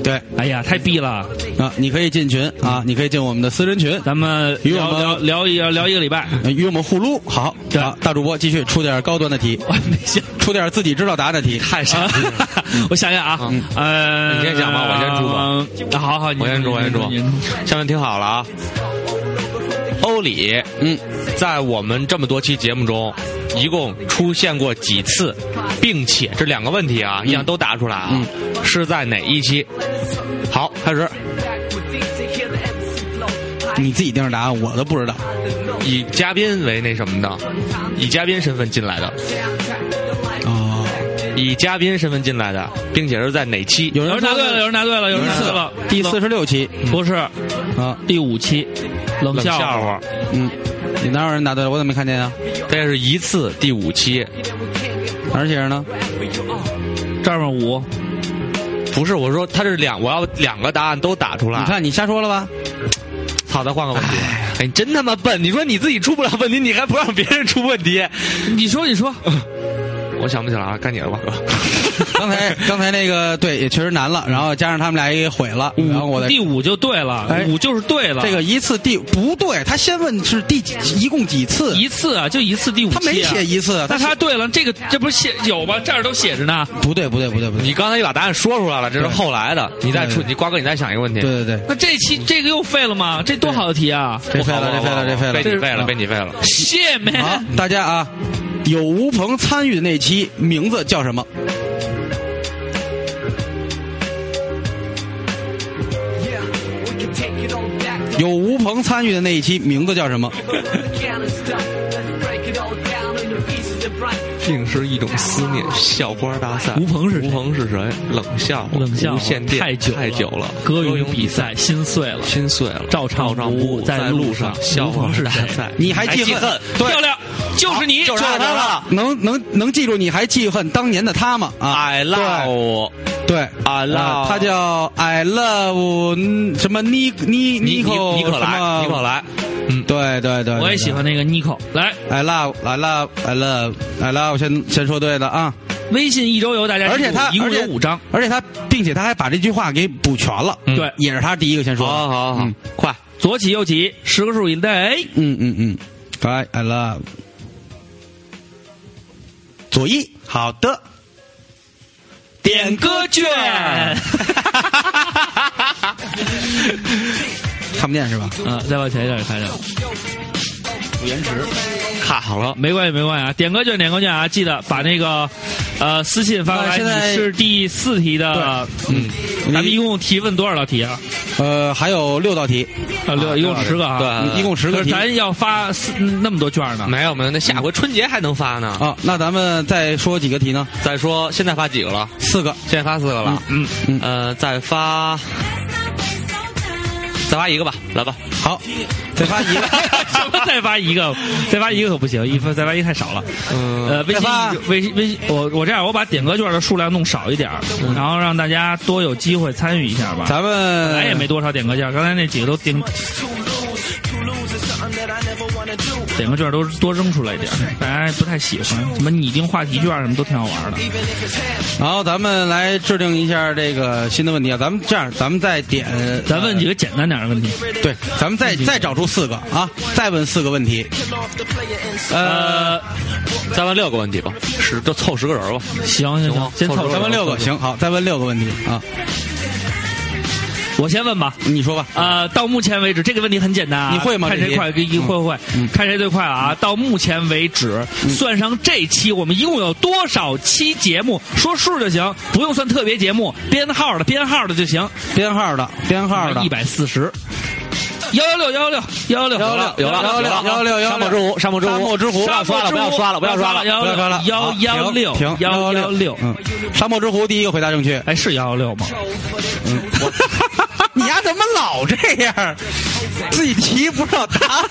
对
哎呀，太逼了！
啊，你可以进群啊，你可以进我们的私人群，
咱们
与我
聊
们
聊聊一聊一个礼拜，
呃与我们互撸。好，
对
好，大主播继续出点高端的题，
我没想
出点自己知道答案的题。
太傻了。我想想啊，呃，
你先想吧我先出
吧。好好，你
我先说，我先说
你你你，
下面听好了啊。欧里
嗯，
在我们这么多期节目中，一共出现过几次，并且这两个问题啊，一样都答出来啊，
嗯
是在哪一期？好，开始，
你自己定着答案，我都不知道。
以嘉宾为那什么的，以嘉宾身份进来的，
哦，
以嘉宾身份进来的，并且是在哪期？
有
有
人
人答
说
对了，有人答对了，有人答对了。
第四十六期
不是
啊，
第五期，冷
冷
笑
笑
话。
话，
嗯，你哪有人答对了？我怎么没看见啊？
这是一次第五期，
哪儿写着呢？
这儿面五，
不是我说他是两，我要两个答案都打出来。
你看你瞎说了吧？
操，再换个问题。哎，你真他妈笨！你说你自己出不了问题，你还不让别人出问题？
你说，你说，
我想不起来了，该你了吧，哥。
刚才刚才那个对也确实难了，然后加上他们俩也毁了，然后我再
第五就对了，
哎
五就是对了。
这个一次第不对，他先问是第几，一共几次，
一次啊，就一次第五期、
他
啊，
没写一次，
那
他
他对了，这个这不是写有吗？这儿都写着呢。
不对不对不对不对，
你刚才也把答案说出来了，这是后来的。你再出，
对
你瓜哥，你再想一个问题。
对对对，
那这期这个又废了吗？这多好的题啊！
这废了
不
这
好
废了这废了，
被你废了，被你废了。
谢没
好，大家啊，有吴鹏参与的那期名字叫什么？有吴鹏参与的那一期名字叫什么？
定是一种思念，校花大赛。
吴鹏是谁
吴鹏是谁？冷笑话，
冷笑
无
话
限电，
太久
太久了。
歌咏比赛心碎了，
心碎了。
照常
照常
不
不
误在路
路
上
校
吴鹏
花
是
大
谁
赛。
你还记恨？对哦
漂，亮，就是
啊
你，
就是他了。
能能能记住你还记恨当年的他吗？啊，
I love
对啊
I love，
他叫 I love 嗯什么尼尼
尼尼
可
尼可莱，尼可莱。嗯，
对对对，
我也
对
喜欢那个 Nico。来，
I love I love I love I love 先先说对了啊，
微信一周游，大家
而且他
一共
而且
有五张。
而且他并且他还把这句话给补全了，
嗯
对，
也是他第一个先说的，
哦好好好
嗯，
快。
左起右起，十个数以内。
嗯嗯嗯，I I love 左一，好的，
点歌 券，哎
看不见是吧？
嗯，再往前一点看一下，
卡好了，
没关系，没关系啊。点歌券，点歌券啊，记得把那个呃私信发过来。
那现在
你是第四题的，嗯，咱们一共提问多少道题啊？
呃，还有六道题，
啊，六，一共十个啊。
对呃
一共十
可
个
是
题。
咱要发四那么多券呢，
没有没有，那下回春节还能发呢。
啊，那咱们再说几个题呢？
再说现在发几个了？
四个，
现在发四个了。
嗯嗯
呃，再发，再发一个吧，来吧。
好，再发一
什
个，
么 再发一个，再发一个可不行，一发再发一个太少了。
嗯
呃，微
再
信
发
微信微信，我我这样，我把点歌券的数量弄少一点儿，然后让大家多有机会参与一下吧。
嗯咱们
咱也没多少点歌券，刚才那几个都点点歌券都多扔出来一点，大家不太喜欢。什么拟定话题券什么都挺好玩的。
然后咱们来制定一下这个新的问题啊，咱们这样，咱们再点，呃
咱问几个简单点的问题。
对，咱们再再找出四个啊，再问四个问题，
呃，
再问六个问题吧，十就凑十个人吧。
行行行，先凑
再
合
问六个，行，好，再问六个问题啊，
我先问吧。
你说吧，
呃，到目前为止这个问题很简单、啊，
你会吗
看
这
谁
题
快，一一会会，看谁最快啊！到目前为止，算上这期，我们一共有多少期节目？说数就行，不用算特别节目，编号的编号的就行。
编号的，编号的
一，百四十，幺幺六幺幺六幺幺六
有了有了有了有了有了
沙漠之狐，沙漠之狐，
沙漠之狐
不要刷了，不要刷了，不要刷了。
不要说了，
幺
好
幺六
停，停
幺幺
116
六，
嗯，沙漠之狐第一个回答 正确，
哎，是幺幺六吗？
你丫怎么老这样，自己题不知道答案。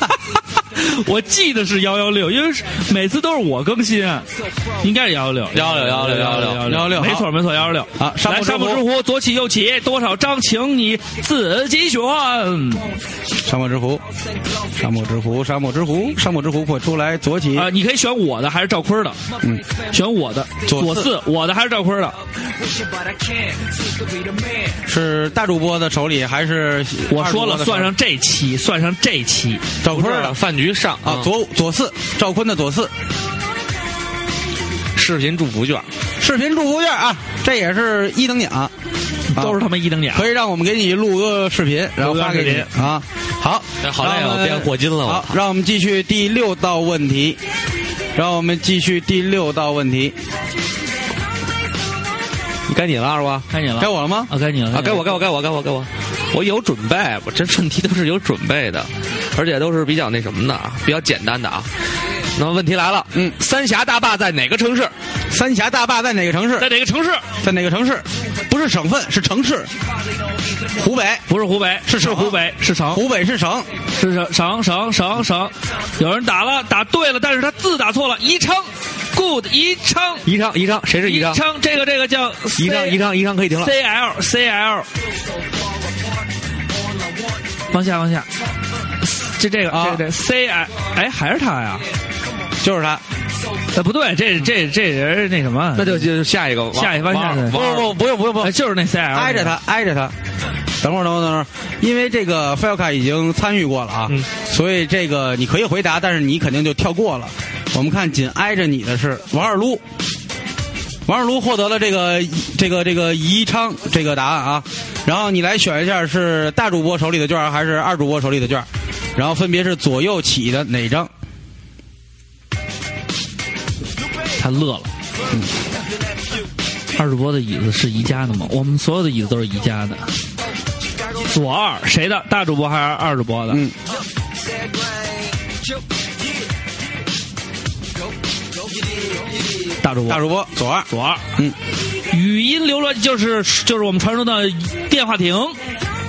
我记得是幺幺六，因为是每次都是我更新，啊应该是幺幺六，
116
116
没错没错，幺幺六。
好沙漠
来
之
沙漠
狐
之狐，左起右起，多少张，请你自己选。
沙漠之狐，沙漠之狐，沙漠之狐，沙漠之狐快出来！左起，
啊，你可以选我的还是赵坤的？嗯，选我的，
左
左
四
四，我的还是赵坤的？
是大主播的手里还是
我说了，算上
二
这期，算上这期，
主播的手里赵坤
不
儿
是
的
饭局上
啊？左左四，赵坤的左四，
视频祝福券，
视频祝福券啊，这也是一等奖，
都是
啊
他妈一等奖。
可以让我们给你录个视频，然后发给
录个视
你啊。好
哎，好累啊
让我们
我变霍金了我
好，让我们继续第六道问题，让我们继续第六道问题，
该你了，二娃。
该你了，
该我了吗？
啊，该你了
啊，该我，该我，该我，该我，该我，我有准备，我这问题都是有准备的，而且都是比较那什么的啊，比较简单的啊。那么问题来了，
嗯
三峡大坝在哪个城市？
三峡大坝在哪个城市？
在哪个城市？
在哪个城市？不是省份，是城市。湖北，
不是湖北，是是湖北，是城，
湖北是省。
是省省省省省。有人打了，打对了，但是他字打错了。宜昌，good，宜昌，
宜昌，宜昌，谁是宜昌？
昌，这个这个叫
宜昌，宜昌，宜昌可以停了。
，C L C L。往下往下，这这个
啊
这这 C I 哎还是他呀？
就是他，
哎不对，这这这人那什么
那？就就下一个
嗯
王，
下一番下一
王王
番
不不不用不用不
哎
用，
就是那 C L
挨着他挨着他。等会儿等会儿等会儿，因为这个菲奥卡已经参与过了啊，所以这个你可以回答，但是你肯定就跳过了。我们看紧挨着你的是王二撸，王二撸获得了这个这个这个宜昌这个答案啊，然后你来选一下是大主播手里的券儿还是二主播手里的券儿，然后分别是左右起的哪张？
他乐了。嗯二主播的椅子是宜家的吗？我们所有的椅子都是宜家的。左二谁的？大主播还是二主播的？
嗯
大主播。
大主播左二，
左二。
嗯，
语音流落就是就是我们传说的电话亭。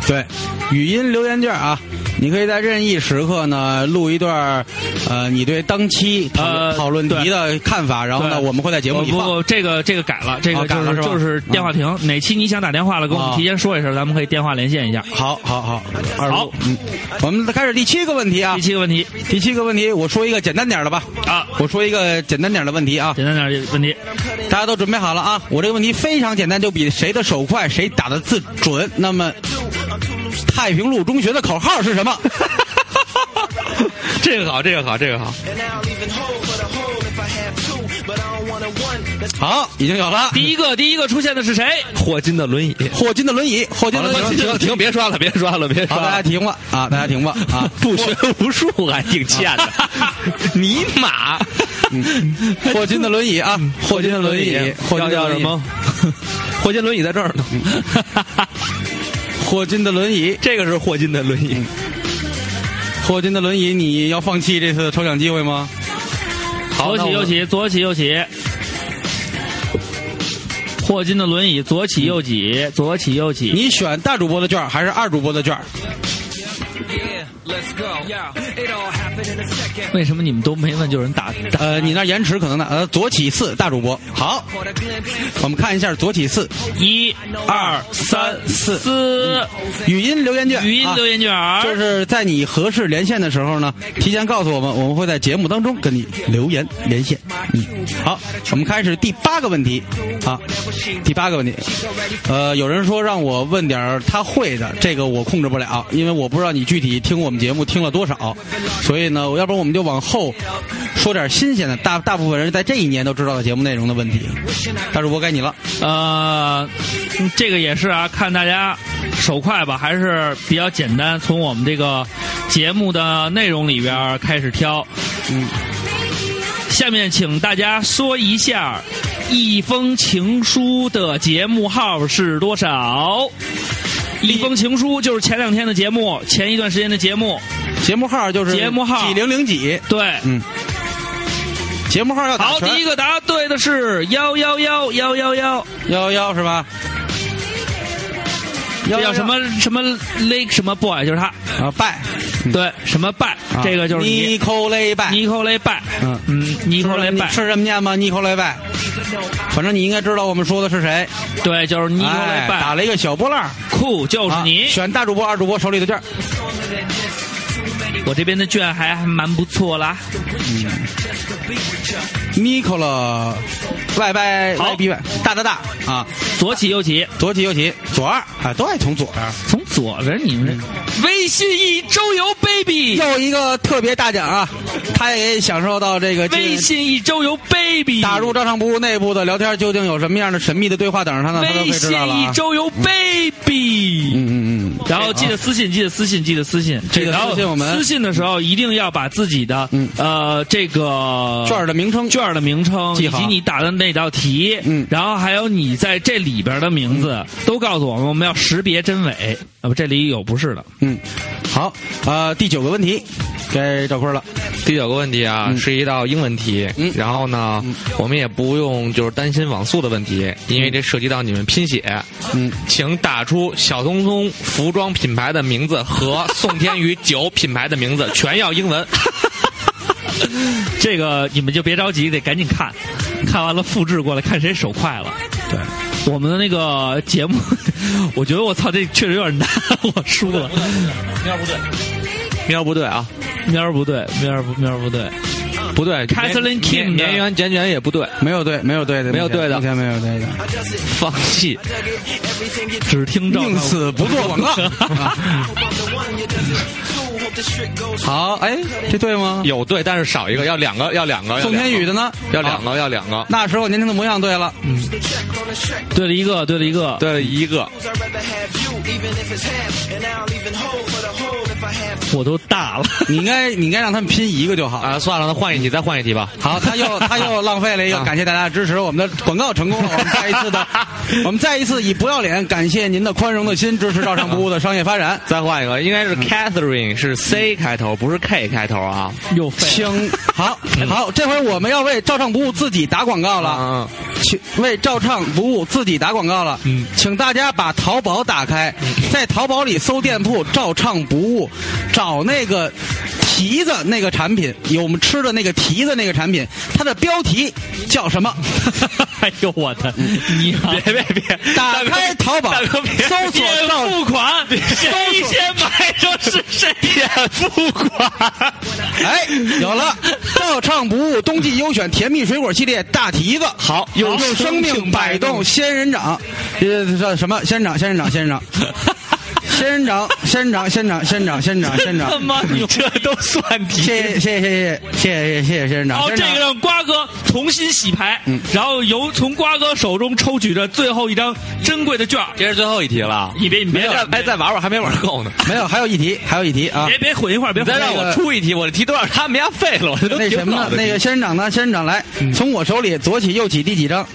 对，语音留言券啊，你可以在任意时刻呢录一段，呃，你对当期讨论、
呃
讨论题的看法，然后呢，
对
我们会在节目
哦
里
不
放。
不，这个这个改了，这个
哦改
就
了
是
是吧
就是电话亭。哪期你想打电话了，跟我们
哦
提前说一声，咱们可以电话连线一下。
好好好，二
好
路，嗯，我们开始第七个问题啊
第，七个问题
第七个问题，我说一个简单点儿的吧，
啊，
我说一个简单点儿的问题啊，
简单点儿的问题。
大家都准备好了啊，我这个问题非常简单，就比谁的手快谁打的字准。那么，太平路中学的口号是什么？
这个好，这个好，这个好。
好，已经有了。
第一个第一个出现的是谁？
霍金的轮椅。
霍金的轮椅，霍金
好
的
了，
轮
停
椅，
停停，别刷了，别刷了，别
好，
刷
大家
了。
停吧啊，大家停吧啊！
不学无术还挺欠的，尼玛！
霍金的轮椅啊，
嗯
霍金的轮椅，霍
要
金的
叫
轮
什
椅，
么？霍金轮椅在这儿 呢。
霍金的轮椅，
这个是霍金的轮椅。
霍金的轮椅，你要放弃这次的抽奖机会吗？
左
那
起
我
右
们
起，左起右起。霍金的轮椅，左起右起，左起右起。
你选大主播的券还是二主播的券？
为什么你们都没问就有人打？打
呃，你那延迟可能呢？呃，左起四，大主播。好，我们看一下左起四
一、二、三、
四
四，
语音留言券，
语音留言卷
啊。
儿
就是在你合适连线的时候呢，提前告诉我们，我们会在节目当中跟你留言连线。嗯，好，我们开始第八个问题啊，第八个问题，呃，有人说让我问点儿他会的，这个我控制不了，因为我不知道你具体听我们节目听了多少，所以呢，要不然我们就往后说点新鲜的，大大部分人在这一年都知道的节目内容的问题。大主播该你了，
呃，这个也是啊，看大家手快吧，还是比较简单，从我们这个节目的内容里边儿开始挑。
嗯，
下面请大家说一下一封情书的节目号是多少？一封情书就是前两天的节目，前一段时间的节目，
节目号就是
节目号
几零零几，
对。
嗯，节目号要打
好，
全
第一个答对的是幺幺幺幺幺幺，
幺幺是吧？
这
111
叫什么什么 Lake 什么 boy，就是他，
啊？拜，嗯
对，什么拜，这个就是
尼
你，
寇雷拜，
尼寇雷拜，
嗯
嗯，尼寇雷拜，
是这么念吗？尼寇雷拜，反正你应该知道我们说的是谁。
对，就是尼寇雷
哎打
拜，
了一个小波浪，
酷就是
啊
你。
选大主播、二主播手里的券。
我这边的券还还蛮不错啦。
尼寇了，拜拜，
好
拜逼拜，大大大啊，
左起右起，
左起右起，左二啊，都爱从左边。
从左边你
嗯
们这微信一周游 baby，
又一个特别大奖啊，他也享受到这个今
微信一周游 baby，
打入照常不误内部的聊天，究竟有什么样的神秘的对话等着他呢？他都可
微
以知
信
道了、
一
啊。
周游 baby。
嗯嗯嗯，
然后记得私信，记得私信，记得私信。
记得
然后
私信我们
私信的时候一定要把自己的
嗯
呃这个
券儿的名称，
卷儿的名称，
记
以
好
及你答的那道题，
嗯
然后还有你在这里边的名字，都告诉我们，我们要识别真伪。啊不，这里有不是的，
嗯，好，呃，第九个问题该赵坤了。
第九个问题啊，
嗯
是一道英文题。
嗯
然后呢，我们也不用就是担心网速的问题，因为这涉及到你们拼写。
嗯，
请打出小松松服装品牌的名字和宋天宇酒品牌的名字，全要英 文。
这个你们就别着急，得赶紧看，看完了复制过来，看谁手快了。对，我们的那个节目， 我觉得我操，这确实有点难，我输了。
喵不对啊，
喵儿不对，喵儿不喵儿不对，
不对
Kathleen
年
Kim 的
年年元简卷也不对，
没有对，没有对的，
没有对的
目前没有对的，
放弃。
只听赵
宁
唱。
死不做广告。啊好，哎，这对吗？
有对，但是少一个，要两个，要两个。要两个
宋天宇的呢？
要两
好。
个，要两个。
那时候年轻的模样，对了，
对了一个，对了一个，
对，一个
我都大了。
你应该你应该让他们拼一个就好。
啊，算了，那换一题，再换一题吧。
好，他又他又浪费了一个，感谢大家的支持，我们的广告成功了，我们再一次的，我们再一次以不要脸感谢您的宽容的心，支持照常不误的商业发展。
再换一个，应该是 Catherine，是 C 开头，不是 K 开头啊。
又废
请好好，这回我们要为照唱不误自己打广告了，
嗯啊，
请为照唱不误自己打广告了。
嗯
请大家把淘宝打开，在淘宝里搜店铺“照唱不误”，找那个蹄子那个产品，有我们吃的那个蹄子那个产品，它的标题叫什么？
了！ 哎呦我的，你啊好
嗯别别别，
打开淘宝
大哥别
搜索
先
照
付款，谁
搜索
先买就是谁先付款。
哎，有了！照唱不误，冬季优选甜蜜水果系列大蹄子，好，有生命摆动仙人掌，呃，这什么仙人掌？仙人掌？仙人 掌？仙人掌？仙人掌？仙人掌？仙人掌？仙人掌？仙人
他
掌？
妈牛！
这都算题。
谢谢谢谢谢谢谢谢谢谢仙人掌！
好，
仙
这
人
个
掌
让瓜哥重新洗牌，然后由从瓜哥手中抽取着最后一张珍贵的券儿。
这是最后一题了。
你别你别
没再哎，再玩玩，还没玩够呢。
没有，还有一题，还有一题啊！
别别混一块儿，别
你
混
再
一块
让我
儿。
出一题，我这题都让他们家废了，我这都
那什
挺
么
好
呢？
的
那个仙人掌呢？仙人掌来，从我手里左起右起第几张？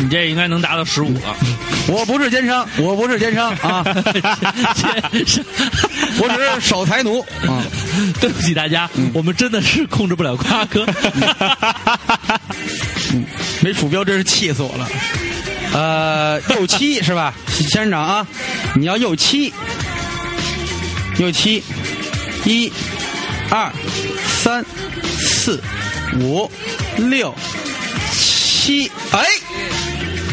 你这应该能达到十五啊了。
我不是奸商，我不是奸商 啊！我只是守财奴啊！
对不起大家，我们真的是控制不了瓜哥。
没鼠标真是气死我了。呃，右七是吧，仙人掌啊？你要右七，右七，一、二、三、四、五、六、七，哎，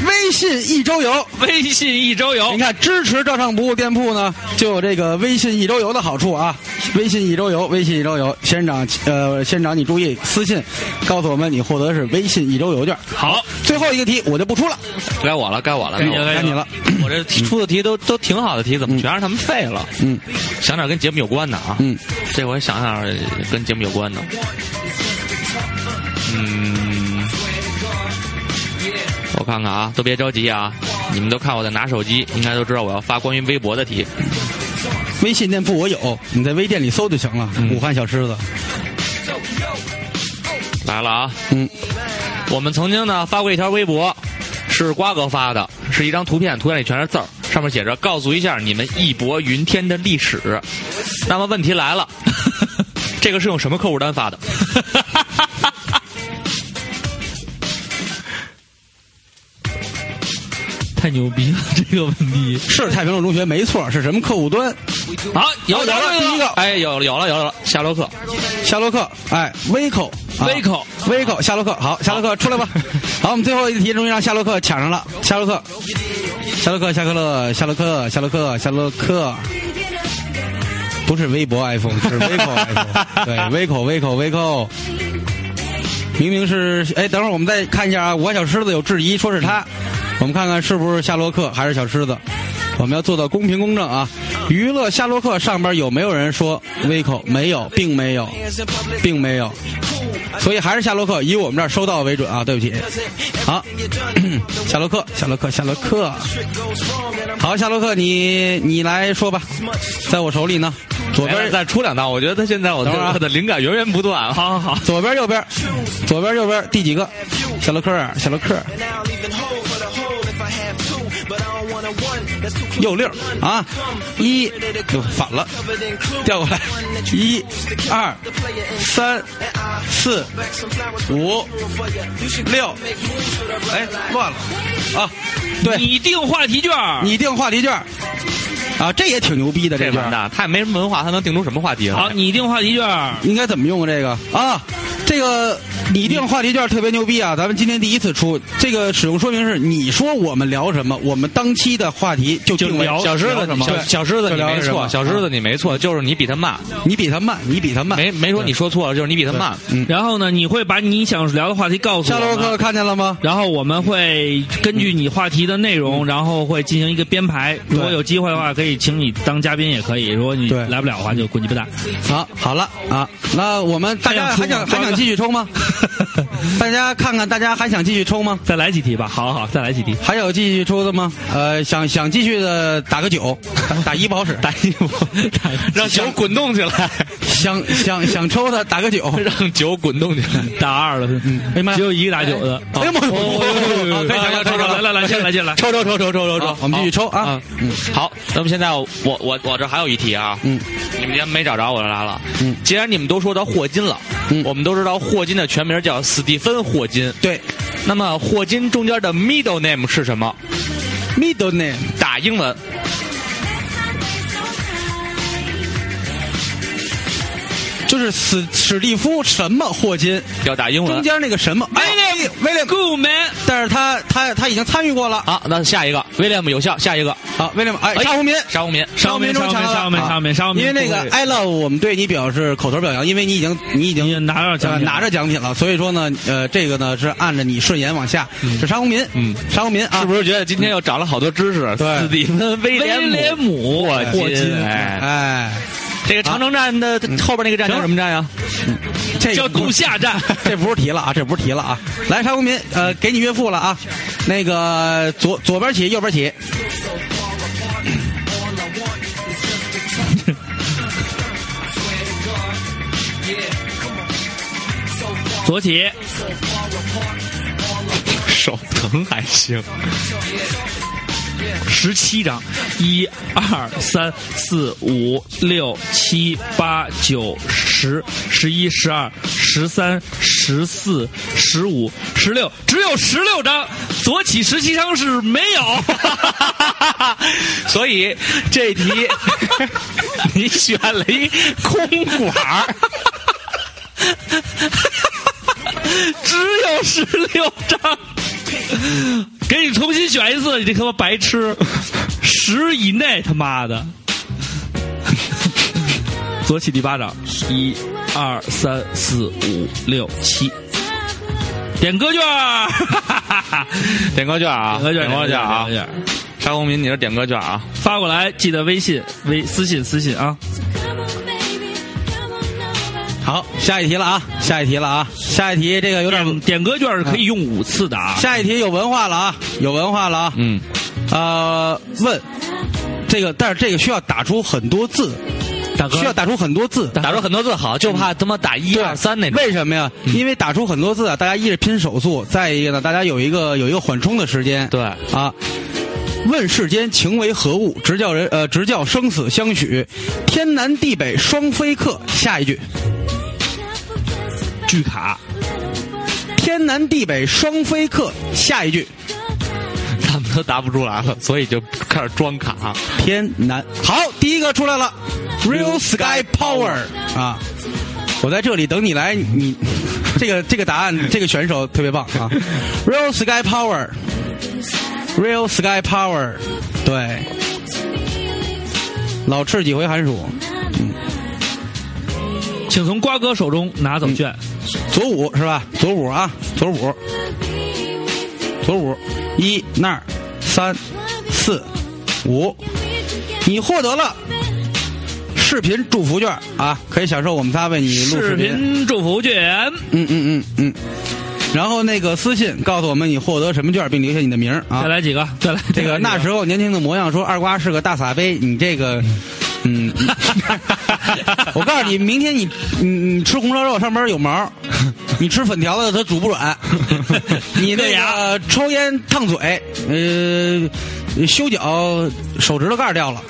微信一周游。
微信一周游
你，看，支持照唱不误店铺呢，就有这个微信一周游的好处啊！微信一周游，微信一周游，仙人掌，呃，仙人掌，你注意私信告诉我们你获得的是微信一周游券。
好，
最后一个题我就不出了，
该我了，该我了，该
嗯
我了。
该你了。
我这题出的题都都挺好的题，怎么全让他们废了？
嗯
想点跟节目有关的啊。
嗯，
这回想想跟节目有关的。嗯，我看看啊，都别着急啊，你们都看我在拿手机，应该都知道我要发关于微博的题。
微信店铺我有，你在微店里搜就行了。
嗯
武汉小狮子，
来了啊，
嗯，
我们曾经呢发过一条微博，是瓜哥发的，是一张图片，图片里全是字儿，上面写着“告诉一下你们义薄云天的历史”。那么问题来了， 这个是用什么客户端发 的？
太牛逼了，这个问题。
是太平路中学没错，是什么客户端？
好，有
有了第一个
哎，有有了有了，夏洛克，
夏洛克，哎，Vico，啊
Vico
Vico，夏洛克，好，夏洛克出来吧。好，我们最后一题终于让夏洛克抢上了，夏洛克，夏洛克，夏克勒，夏洛克，夏洛克，夏洛克。不是微博 iPhone，是 Vico iPhone。对，Vico，Vico，Vico。明明是哎，等会儿我们再看一下啊。我小狮子有质疑，说是他，我们看看是不是夏洛克还是小狮子。我们要做到公平公正啊！娱乐夏洛克上边有没有人说 Vico？没有，并没有，并没有，所以还是夏洛克，以我们这儿收到为准啊！对不起，好， 夏洛克，夏洛克，夏洛克，好，夏洛克，你你来说吧，在我手里呢，左
我这
边
再出两道，我觉得现在我的
等会儿啊
我的灵感源源不断。啊好好好，
左边右边，左边右边第几个？小洛克啊，小洛克。右六啊，一，就反了，调过来，一、二、三、四、五、六，哎，乱了啊！对，
拟定话题券儿，
拟定话题卷儿啊，这也挺牛逼的
这
卷
完
儿，
蛋，他也没什么文化，他能定出什么话题来啊
好，拟定话题券儿，
应该怎么用啊？这个啊，这个你定的话题卷特别牛逼啊！咱们今天第一次出这个使用说明是，你说我们聊什么，我们当期的话题就
就
定为
聊小狮子，小小狮子你没错，小狮子你没错，就是你比他慢，
啊你比他慢，你比他慢。嗯
没没说你说错了，就是你比他慢。
然后呢，你会把你想聊的话题告诉
夏
我
洛克
们，
看见了吗？
然后我们会根据你话题的内容，然后会进行一个编排。如果有机会的话，可以请你当嘉宾，也可以。如果你
对
来不了的话，就滚鸡巴蛋。
好，好了啊，那我们大家还
还想出吗
想还 想继续抽吗？大家看看，大家还想继续抽吗？
再来几题吧，好好，再来几题。
还有继续抽的吗？呃，想想继续的打个九，打一不 好使。打一不
让酒滚动起来，
想想想抽的打个九。
让酒滚动起来。
打二了，
哎呀妈
嗯
呀
只有一个打九的。
哎呀妈呀！啊可以讲了，抽着
来
了。
来来，先来先来。
抽抽抽抽抽抽抽
好，我们继续抽啊
好嗯，好，那么现在我我我这还有一题啊，
嗯，
你们先没找着我就来了。
嗯
既然你们都说到霍金了，
嗯
我们都知道霍金的全名叫史蒂芬·霍金，
对
那么霍金中间的 middle name 是什么？
，middle name
打英文，
就是史史蒂夫什么霍金，
要打英文
中。间那个什么，哎，
威廉，Good man。
但是他他他已经参与过了。
好，那下一个威廉姆有效，下一个
好，威廉姆，哎，
哎
沙红民。
沙红民。
沙
上
红
面
民终
上
于
面
抢了
上面
啊
上面上面，
因为那个 I love 我们对你表示口头表扬，因为你已经你已
已
经
经拿到
呃
奖品了
拿着奖品了，所以说呢，呃，这个呢是按着你顺延往下，是沙红民，
嗯，
沙红民啊，
是不是觉得今天又长了好多知识？
对
斯蒂芬·威廉
威廉姆
姆，霍金嗯哎，
哎，
这个长城站的后边那个站叫什么站呀？
这个
叫
不
度下站。
这不是题了啊，这不是题了啊！来，沙公民，呃，给你岳父了啊，那个左左边起，右边起，
左起，
手疼还行。
十七张，一二三四五六七八九十十一十二十三十四十五十六，只有十六张，左起十七张是没有。
所以这题 你选了一空管儿，
只有十六张，给你重新选一次，你这他妈白痴！十以内，他妈的！左起第八张，一、二、三、四、五、六、七，点歌券儿，
点歌券啊，
点歌券儿，
点歌券啊
点歌！券儿
沙公民，你是点歌券啊？
发过来，记得微信、微私信、私信啊！
好，下一题了啊，下一题了啊，下一题这个有点
嗯
点，点歌券儿是可以用五次的啊！
下一题有文化了啊，有文化了啊，
嗯，
呃，问这个，但是这个需要打出很多字，
大哥
需，要打出很多字，
打嗯出很多字好，就怕他妈打一
对
二三那种。嗯
为什么呀？因为打出很多字啊，大家一是拼手速，再一个呢，大家有一个有一个缓冲的时间，
对
啊。问世间情为何物？直教人呃，直教生死相许，天南地北双飞客。下一句，
巨卡，
天南地北双飞客。下一句，
他们都答不出来了，所以就开始装卡。啊
天南。好，第一个出来了，Real Sky Power 啊！我在这里等你来，你 这个这个答案，这个选手特别棒啊！Real Sky Power，Real Sky Power，对，老吃几回寒暑，
请从瓜哥手中拿
嗯
走券。
左五是吧？左五啊，左五，左五，一那儿，三四五，你获得了视频祝福券啊，可以享受我们仨为你录视
视
频。
频祝福券，
嗯嗯嗯嗯。然后那个私信告诉我们你获得什么券，并留下你的名儿啊
再。来几个，再来
这个那时候年轻的模样，说二瓜是个大傻杯，你这个，嗯， 我告诉你，明天你你你吃红烧肉上边有毛，你吃粉条子它煮不软，你那
硌
个
牙
抽烟烫嘴，呃，修脚手指头盖儿掉了，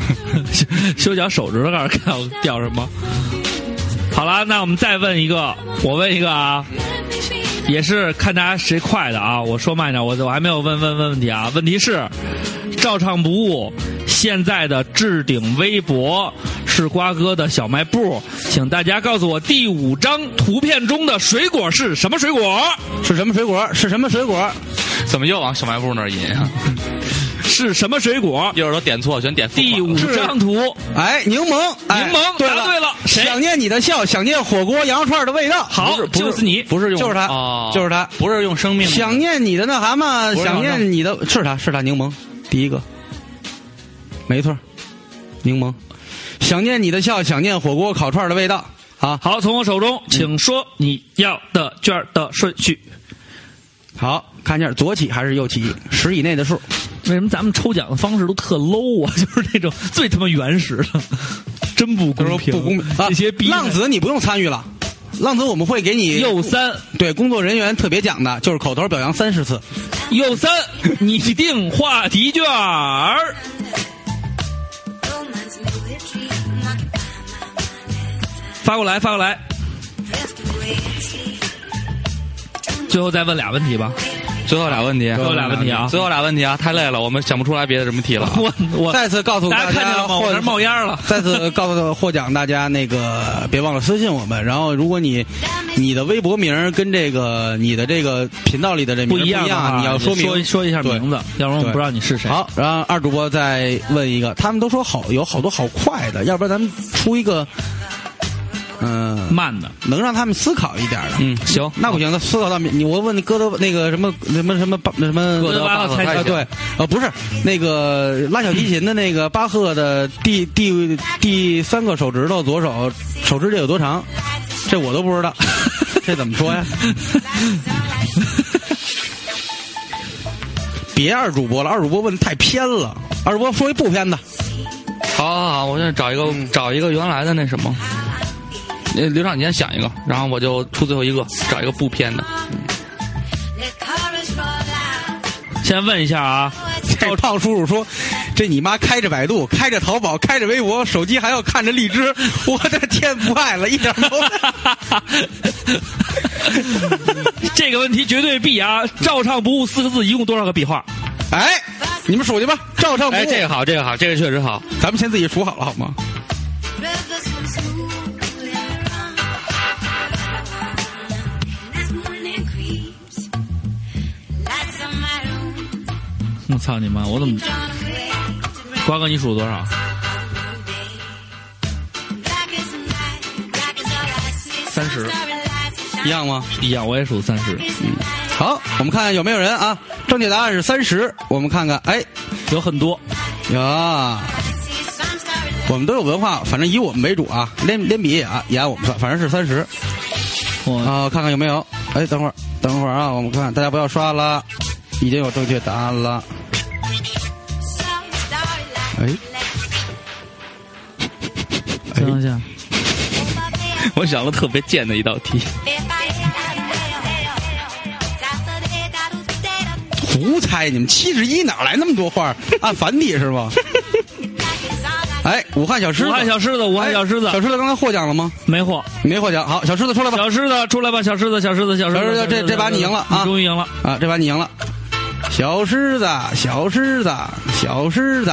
修 修脚手指头盖看我掉什么。好了，那我们再问一个，我问一个啊，也是看大家谁快的啊。我说慢点，我我还没有问问问问题啊。问题是，照唱不误，现在的置顶微博是瓜哥的小卖部，请大家告诉我第五张图片中的水果是什么水果？
是什么水果？是什么水果？
怎么又往小卖部那儿引啊？
是什么水果？
一会儿都点错，全点付款了
第五张图，
哎，柠檬，哎
柠檬
对
答对了谁
想念你的笑，想念火锅羊肉串的味道，
好
不是，不
就是你，
不是用
就是它
哦
就是它
不是用生命
想念你的那蛤蟆，
是
想
好
念你的是它是它柠檬，第一个，没错，柠檬，想念你的笑，想念火锅烤串的味道啊！
好，从我手中，请说你要的券儿的顺序。
好看一下左起还是右起，十以内的数。
为什么咱们抽奖的方式都特 low 啊？ 就是那种最他妈原始的， 真不
他说
公平，
不公平啊
这些！逼
浪子你不用参与了，浪子我们会给你
右三
对工作人员特别奖的，就是口头表扬三十次。
右三，拟定话题卷儿。发过来，发过来，最后再问俩问题吧。
最后俩问题，
最后俩问题啊
最后俩问题啊！太累了，我们想不出来别的什么题 了。
我我
再次告诉
大家
大
看见了吗？我这
获
儿冒烟了。
再次告诉获奖大家，那个别忘了私信我们。然后，如果你你的微博名儿跟这个你的这个频道里的这名
不
儿
一样
不一
的话
样，你要说明
说说一下名字，要不然我们
对
不知道你是谁。
好，然后二主播再问一个，他们都说好，有好多好快的，要不然咱们出一个，嗯、
慢的，
能让他们思考一点的。
嗯，行，
那不行，那思考到你，我问哥德那个什么什么什么巴什么
哥德巴赫猜
啊，
拳
对，呃，不是那个拉小提琴的那个巴赫的第第第三个手指头，左手手指甲有多长？这我都不知道， 这怎么说呀？ 别二主播了，二主播问的太偏了。二主播说一不偏的，
好好好，我现在找一个、找一个原来的那什么。呃刘畅，你先想一个，然后我就出最后一个，找一个不偏的。
先问一下啊，
赵胖叔叔说：“这你妈开着百度，开着淘宝，开着微博，手机还要看着荔枝，我的天，不爱了，一点都不 爱。
这个问题绝对必啊！照唱不误四个字一共多少个笔画？
哎，你们数去吧，照上不误。
哎，这个好，这个好，这个确实好。
咱们先自己数好了好吗？
我操你妈！我怎么瓜哥你数多少？
三十，
一样吗？
一样，我也数三十，
好，我们看看有没有人啊？正确答案是三十，我们看看，哎，
有很多。
呀，我们都有文化，反正以我们为主啊，连连笔也啊也按我们算，反正是三十
我、
啊。看看有没有？哎，等会儿，等会儿啊，我们看，大家不要刷了，已经有正确答案了。哎，
想 想，
我想了特别贱的一道题，
胡猜！你们七十一哪来那么多画儿？按繁体是 吗？哎，武汉小狮子，
武汉小狮子，武汉小狮子、
哎小狮子刚才获奖了吗？
没货。
没获奖。好，小狮子出来吧。
小狮子出来吧，小狮子，小狮子，小狮子，
小狮子
小狮子
这这把你赢了啊
终于赢了。
啊，这把你赢了。小狮子，小狮子，小狮子，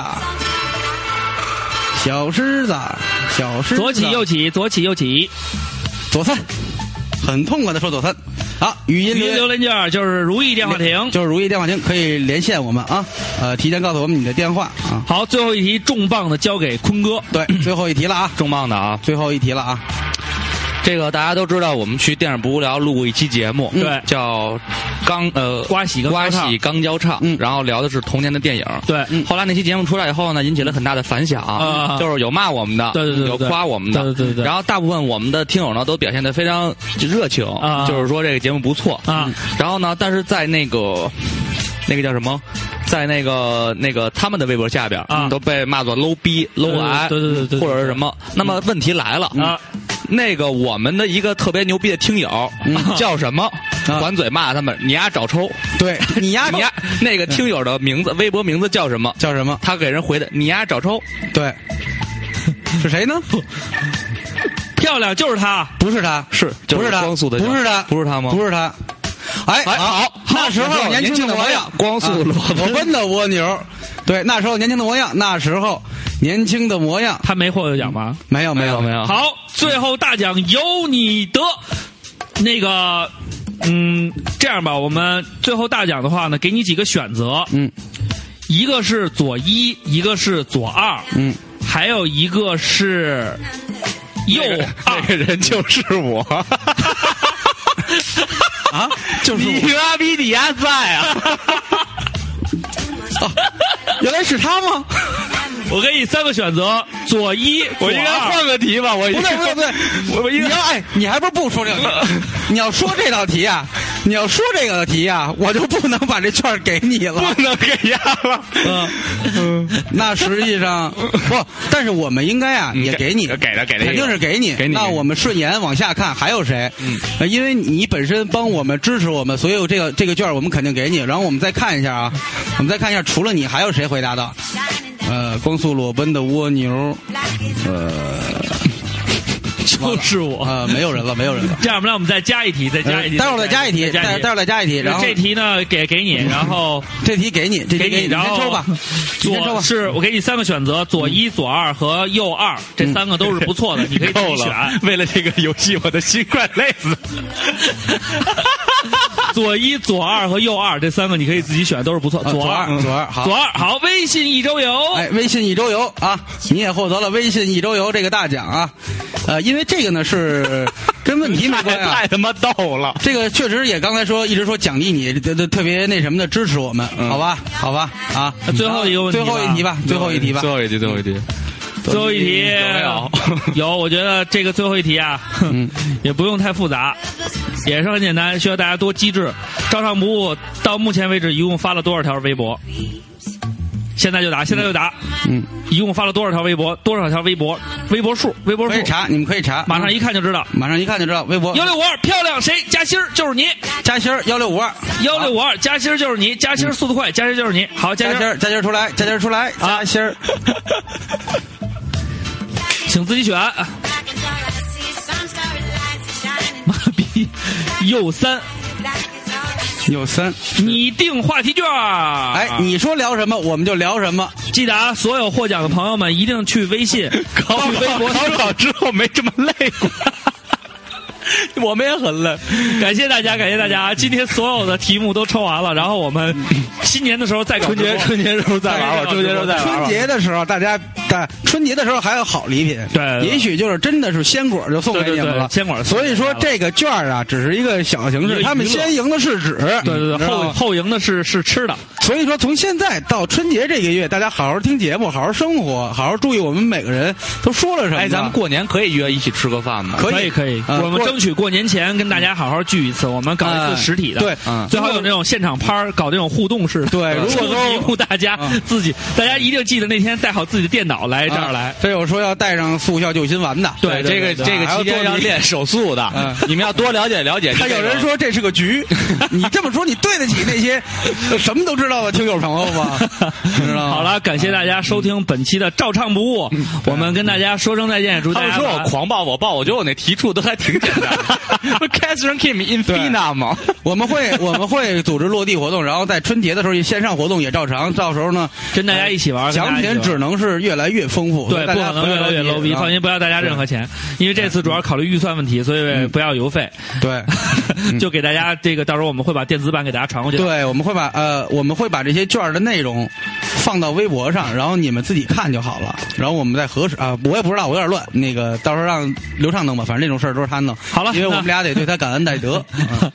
小狮子，小狮子，
左起右起，左起右起。
左三，很痛快的说左三。好，语音
语
留
音
言
留言件就是如意电话亭。
就是如意电话亭可以连线我们啊，呃，提前告诉我们你的电话啊。
好，最后一题重磅的交给坤哥。
对，最后一题了啊，
重磅的啊！
最后一题了啊。
这个大家都知道，我们去电影不无聊录过一期节目，
对
叫刚呃
瓜喜刚
嗯瓜
交叉
喜刚交唱，
嗯
然后聊的是童年的电影。
对，
嗯
后来那期节目出来以后呢，引起了很大的反响，
啊
就是有骂我们的，
对对对对
有
对
夸我们的，
对对对对
然后大部分我们的听友呢都表现的非常热情，
啊
就是说这个节目不错
啊
嗯然后呢，但是在那个那个叫什么，在那个那个他们的微博下边、
啊
都被骂作 low 逼、low 癌，
对对对对对
啊或者是什么。那么问题来了
啊，
那个我们的一个特别牛逼的听友、
嗯
叫什么？
啊
管嘴骂他们，你丫 找抽，
对你丫
你丫那个听友的名
嗯
字，微博名字叫什么？
叫什么？
他给人回的，你丫找抽，
对，是谁呢？
漂亮就是他。
不是他，
是就
不是他？
光速的，
不是他，
不是他吗？
不是他，哎，
哎好
那时
好
候
年轻
轻
的
模
模样光速
啊
裸奔
裸奔的蜗牛，对，那时候年轻的模样，那时候年轻的模样，
他没获得奖吗？
没有没有
没有
好，最后大奖由你得。那个，嗯，这样吧，我们最后大奖的话呢，给你几个选择，
嗯
一个是左一，一个是左二，
嗯，
还有一个是右二。
这个人就是我。
啊，就是我
你妈逼你丫在啊！
原来是他吗？
我给你三个选择，左一，左
我应该
二。
换个题吧？我
不对不对不对，
我
你要哎，你还不是不说这个？你要说这道题啊，你要说这个题啊，我就不能把这券给你了。
不能给丫了。
那实际上不，但是我们应该啊也给你，
给了给了，
肯定是给你。
给你
那我们顺延往下看还有谁？嗯，因为你本身帮我们支持我们，所以这个这个券我们肯定给你。然后我们再看一下啊，我们再看一下，除了你还有谁回答到？呃，光速裸奔的蜗牛，
就是我。
呃，没有人了，没有人了。呃
这样，让我们再加一题，再 加一题。
待会儿再加一题，
再
待
加
待会儿再加一题，然后
这题呢，给给你，然后
这题给你，这题
给
你，
然
先
后
抽吧，你先抽
左
吧。嗯
是我给你三个选择，左一、左二和右二，这三个都是不错的，你可 以自己
够
选。
了。为了这个游戏，我的心快累死。
左一、左二和右二这三个你可以自己选，都是不错。
啊左
二，
二左二好
嗯左二好。微信一周游，
哎，微信一周游啊，你也获得了微信一周游这个大奖啊，呃，因为这个 呢是跟问题没关系、啊
太。他妈逗了！
这个确实也刚才说，一直说奖励你，这这特别那什么的支持我们，好吧，好吧，啊，
嗯那最后一个问题
最
吧
后一题吧，最后一题吧，
最后一题，最后一题。
最后一题
有没有
有，我觉得这个最后一题啊，也不用太复杂，也是很简单，需要大家多机智。照上不误到目前为止一共发了多少条微博？现在就答，现在就答。
嗯，
一共发了多少条微博？多少条微博？微博数，微博
可
数
以，查，你们可以查，嗯
马上一看就知道。
马上一看就知道，微博
幺六五二漂亮谁加星儿就是你，
加星幺六五二，
幺六五二加星儿就是你，加星儿速度快，加星儿就是你，好加
加
星儿，啊
星加星出来，加星出来，加星儿
请自己选。妈逼，右三，
有
啊
三，
拟定话题卷。哎
哎，你说聊什么我们就聊什么，
记得啊，所有获奖的朋友们一定去微信、
高
去微博。
高考之后没这么累过。我们也很累，
感谢大家，感谢大家！今天所有的题目都抽完了，然后我们新年的时候再搞直播
节时候再
玩吧春节时候
啊
再
春节的时候，大家大春节的时候还有好礼品，
对对
也许就是真的是鲜果就送给
对
你
对
们
对
了，
鲜果送
所
给
以
你
说
们了
这个券儿啊，只是一个小形
一
式，
个
他们
娱乐
先赢的是纸，
对对
你知
对，
道
后
吗
后赢的是是吃的，
所以说从现在到春节这个月，大家好好听节目，好好生活，好好注意我们每个人都说了什么。
哎，咱们过年可以约一起吃个饭吗？
可以
以可以，
呃
我们
过
争取过年前跟大家好好聚一次，我们搞一
哎
次实体的，
对
嗯
最好有那种现场拍儿，搞那种互动式的，
对如果
出
说
题目大家自己，大家一定记得那天带好自己的电脑来这儿来
啊，，这有说要带上速效救心丸的，
对
这个
对
这个
还
期
做
间要
礼
练手速的
嗯，
你们要多了解了解。
看有人说这是 个局，你这么说，你对得起那些什么都知道的听友朋 友吗？你知道吗？
好，了，感谢大家收听本期的照唱不误，我们跟大家说声再见，祝
他
大
们
家
说
晚
我
安
狂暴，我暴，我觉得我那题出的还挺简单。Catherine Kim Infinam，
我们会我们会组织落地活动，然后在春节的时候线上活动也照常，到时候呢，
跟大家一起玩，跟大
奖
家一起
品
玩
只能是越来越丰富，
对，
大
不
家
可能越来越
不要
low 逼，
啊
放心，不要嗯大家任何钱，因为这次主要考虑预算问题，所以不要邮费，
对。
就给大家这个，到时候我们会把电子版给大家传过去。
对，我们会把呃，我们会把这些券儿的内容放到微博上，然后你们自己看就好了。然后我们再核实啊，我也不知道，我有点乱。那个到时候让刘畅弄吧，反正这种事儿都是他弄。
好了
因为我们
那
俩得对他感恩戴德。嗯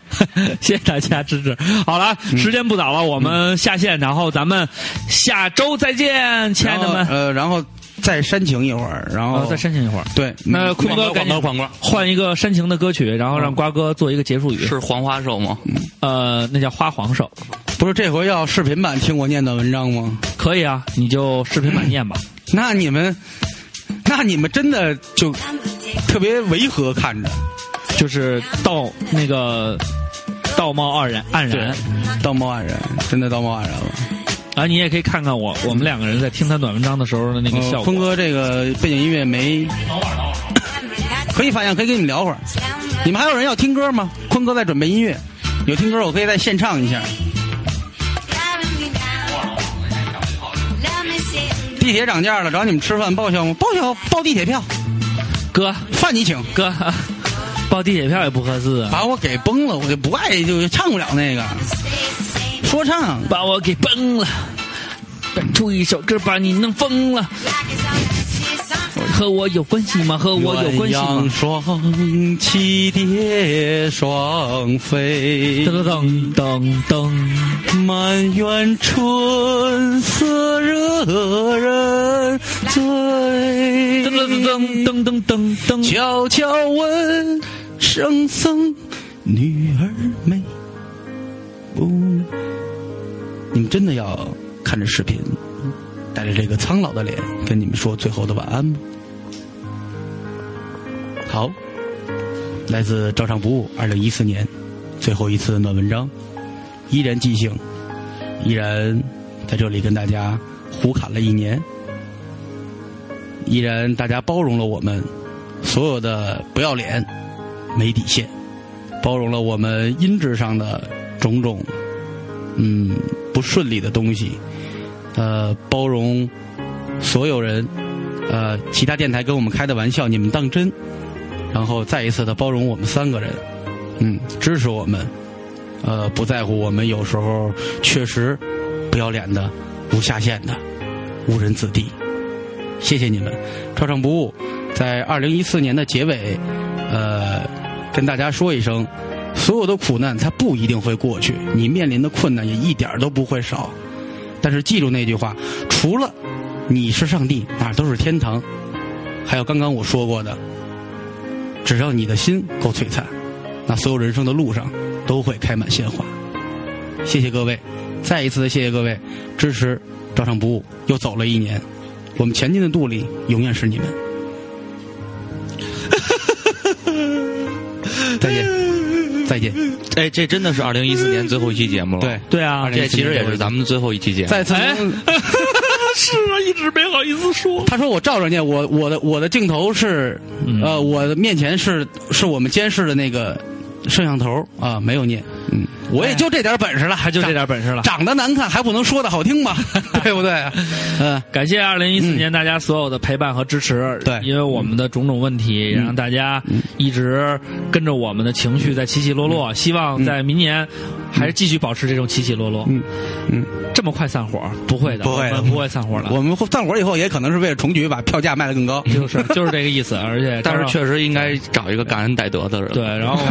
谢谢大家支持。好了，时间不早了，我们下线，然后咱们下周再见， 亲爱的
然后
们。
呃，然后再煽情一会儿，然后
呃，再煽情一会儿。
对，
那
嗯
坤哥赶
广
紧
告广告
换一个煽情的歌曲，然后让瓜哥做一个结束语。
是黄花瘦吗？
呃，那叫花黄手，
不是这回要视频版听我念的文章吗？
可以啊，你就视频版念吧。
那你们，那你们真的就特别违和看着。
就是道那个道貌岸然黯然。
道貌岸然，真的道貌岸然了。
啊，你也可以看看我我们两个人在听他短文章的时候的那个效
呃，
果。
峰哥这个背景音乐没，可以发言，可以跟你们聊会儿。你们还有人要听歌吗？坤哥在准备音乐，有听歌我可以再现唱一下。地铁涨价了，找你们吃饭报销吗？报销，报地铁票，
哥
饭你请。
哥， 报地铁票也不合适啊，
把我给崩了，我就不爱，就唱不了那个说唱。
把我给崩了。本出一首歌把你弄疯了，和我有关系吗？和我有关系吗？
双栖蝶双飞
噔噔噔噔。
满园春色惹人
噔噔噔
醉。
噔噔噔噔噔，
悄悄问圣僧，女儿美不？你们真的要看着视频，带着这个苍老的脸，跟你们说最后的晚安吗？好，来自照常不误，二零一四年最后一次暖文章，依然即兴，依然在这里跟大家胡侃了一年，依然大家包容了我们所有的不要脸、没底线，包容了我们音质上的种种嗯不顺利的东西，呃，包容所有人，呃，其他电台跟我们开的玩笑，你们当真，然后再一次的包容我们三个人，嗯，支持我们，呃，不在乎我们有时候确实不要脸的、无下限的、无人子弟，谢谢你们，照常不误，在二零一四年的结尾，呃，跟大家说一声。所有的苦难它不一定会过去，你面临的困难也一点儿都不会少。但是记住那句话，除了你是上帝，哪儿都是天堂。还有刚刚我说过的，只要你的心够璀璨，那所有人生的路上都会开满鲜花。谢谢各位，再一次的谢谢各位支持，照常不误。又走了一年，我们前进的动力永远 是你们。再见，再见。
哎，这真的是二零一四年最后一期节目了。
对，
对啊，
这其实也是咱们最后一期节目。
再次
哎 是啊，一直没好意思说。
他说我照着念，我我的我的镜头是，呃，我的面前是是我们监视的那个摄像头啊，没有念，嗯，我也就这点本事了，还
就这点本事了
长得难看还不能说的好听吧， 对不对？嗯，
感谢二零一四
嗯
年大家所有的陪伴和支持，
对
因为我们的种种问题，也让大家一直跟着我们的情绪在起起落落。希望在明年还是继续保持这种起起落落。
嗯嗯，
这么快散伙？不会的，
不会的
我们不会散伙了。
我们散伙以后也可能是为了重举把票价卖得 更高，
就是就是这个意思，而且
但是
确。
确实嗯应该找一个感恩戴德的人。
对，，然后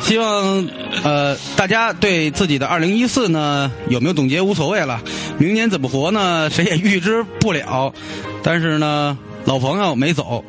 希望呃大家对自己的二零一四呢有没有总结无所谓了，明年怎么活呢谁也预知不了，但是呢老朋友没走，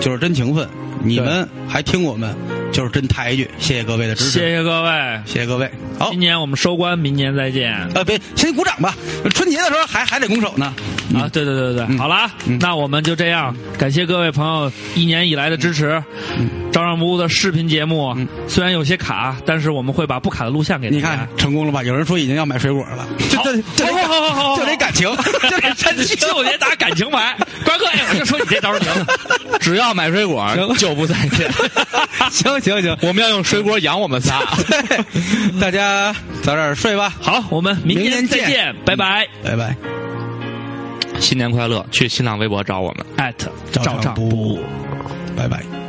就是真情分，你们还听我们就是真抬举，谢谢各位的支持，
谢谢各位，
谢谢各位，好
今。年我们收官，明年再见。
呃，别，先鼓掌吧。春节的时候还还得拱手呢。
啊，对对对对
嗯
对，好了啊，那我们就这样，感谢各位朋友一年以来的支持。
嗯
照上不误的视频节目虽然有些卡，但是我们会把不卡的录像给大
你
家
看。成功了吧？有人说已经要买水果了，就这就得
好好好好好好
就得感情， 就得感情。
就得打感情牌，瓜哥， 哎，我就说你这招儿行。
只要买水果就不再 见。
行行行，
我们要用水果养我们 仨。
对，大家早点睡吧，
好，我们明年
明年
再
见嗯
见，拜拜。
拜拜。
新年快乐！去新浪微博找我们。
艾特
照常不
不误。
拜拜。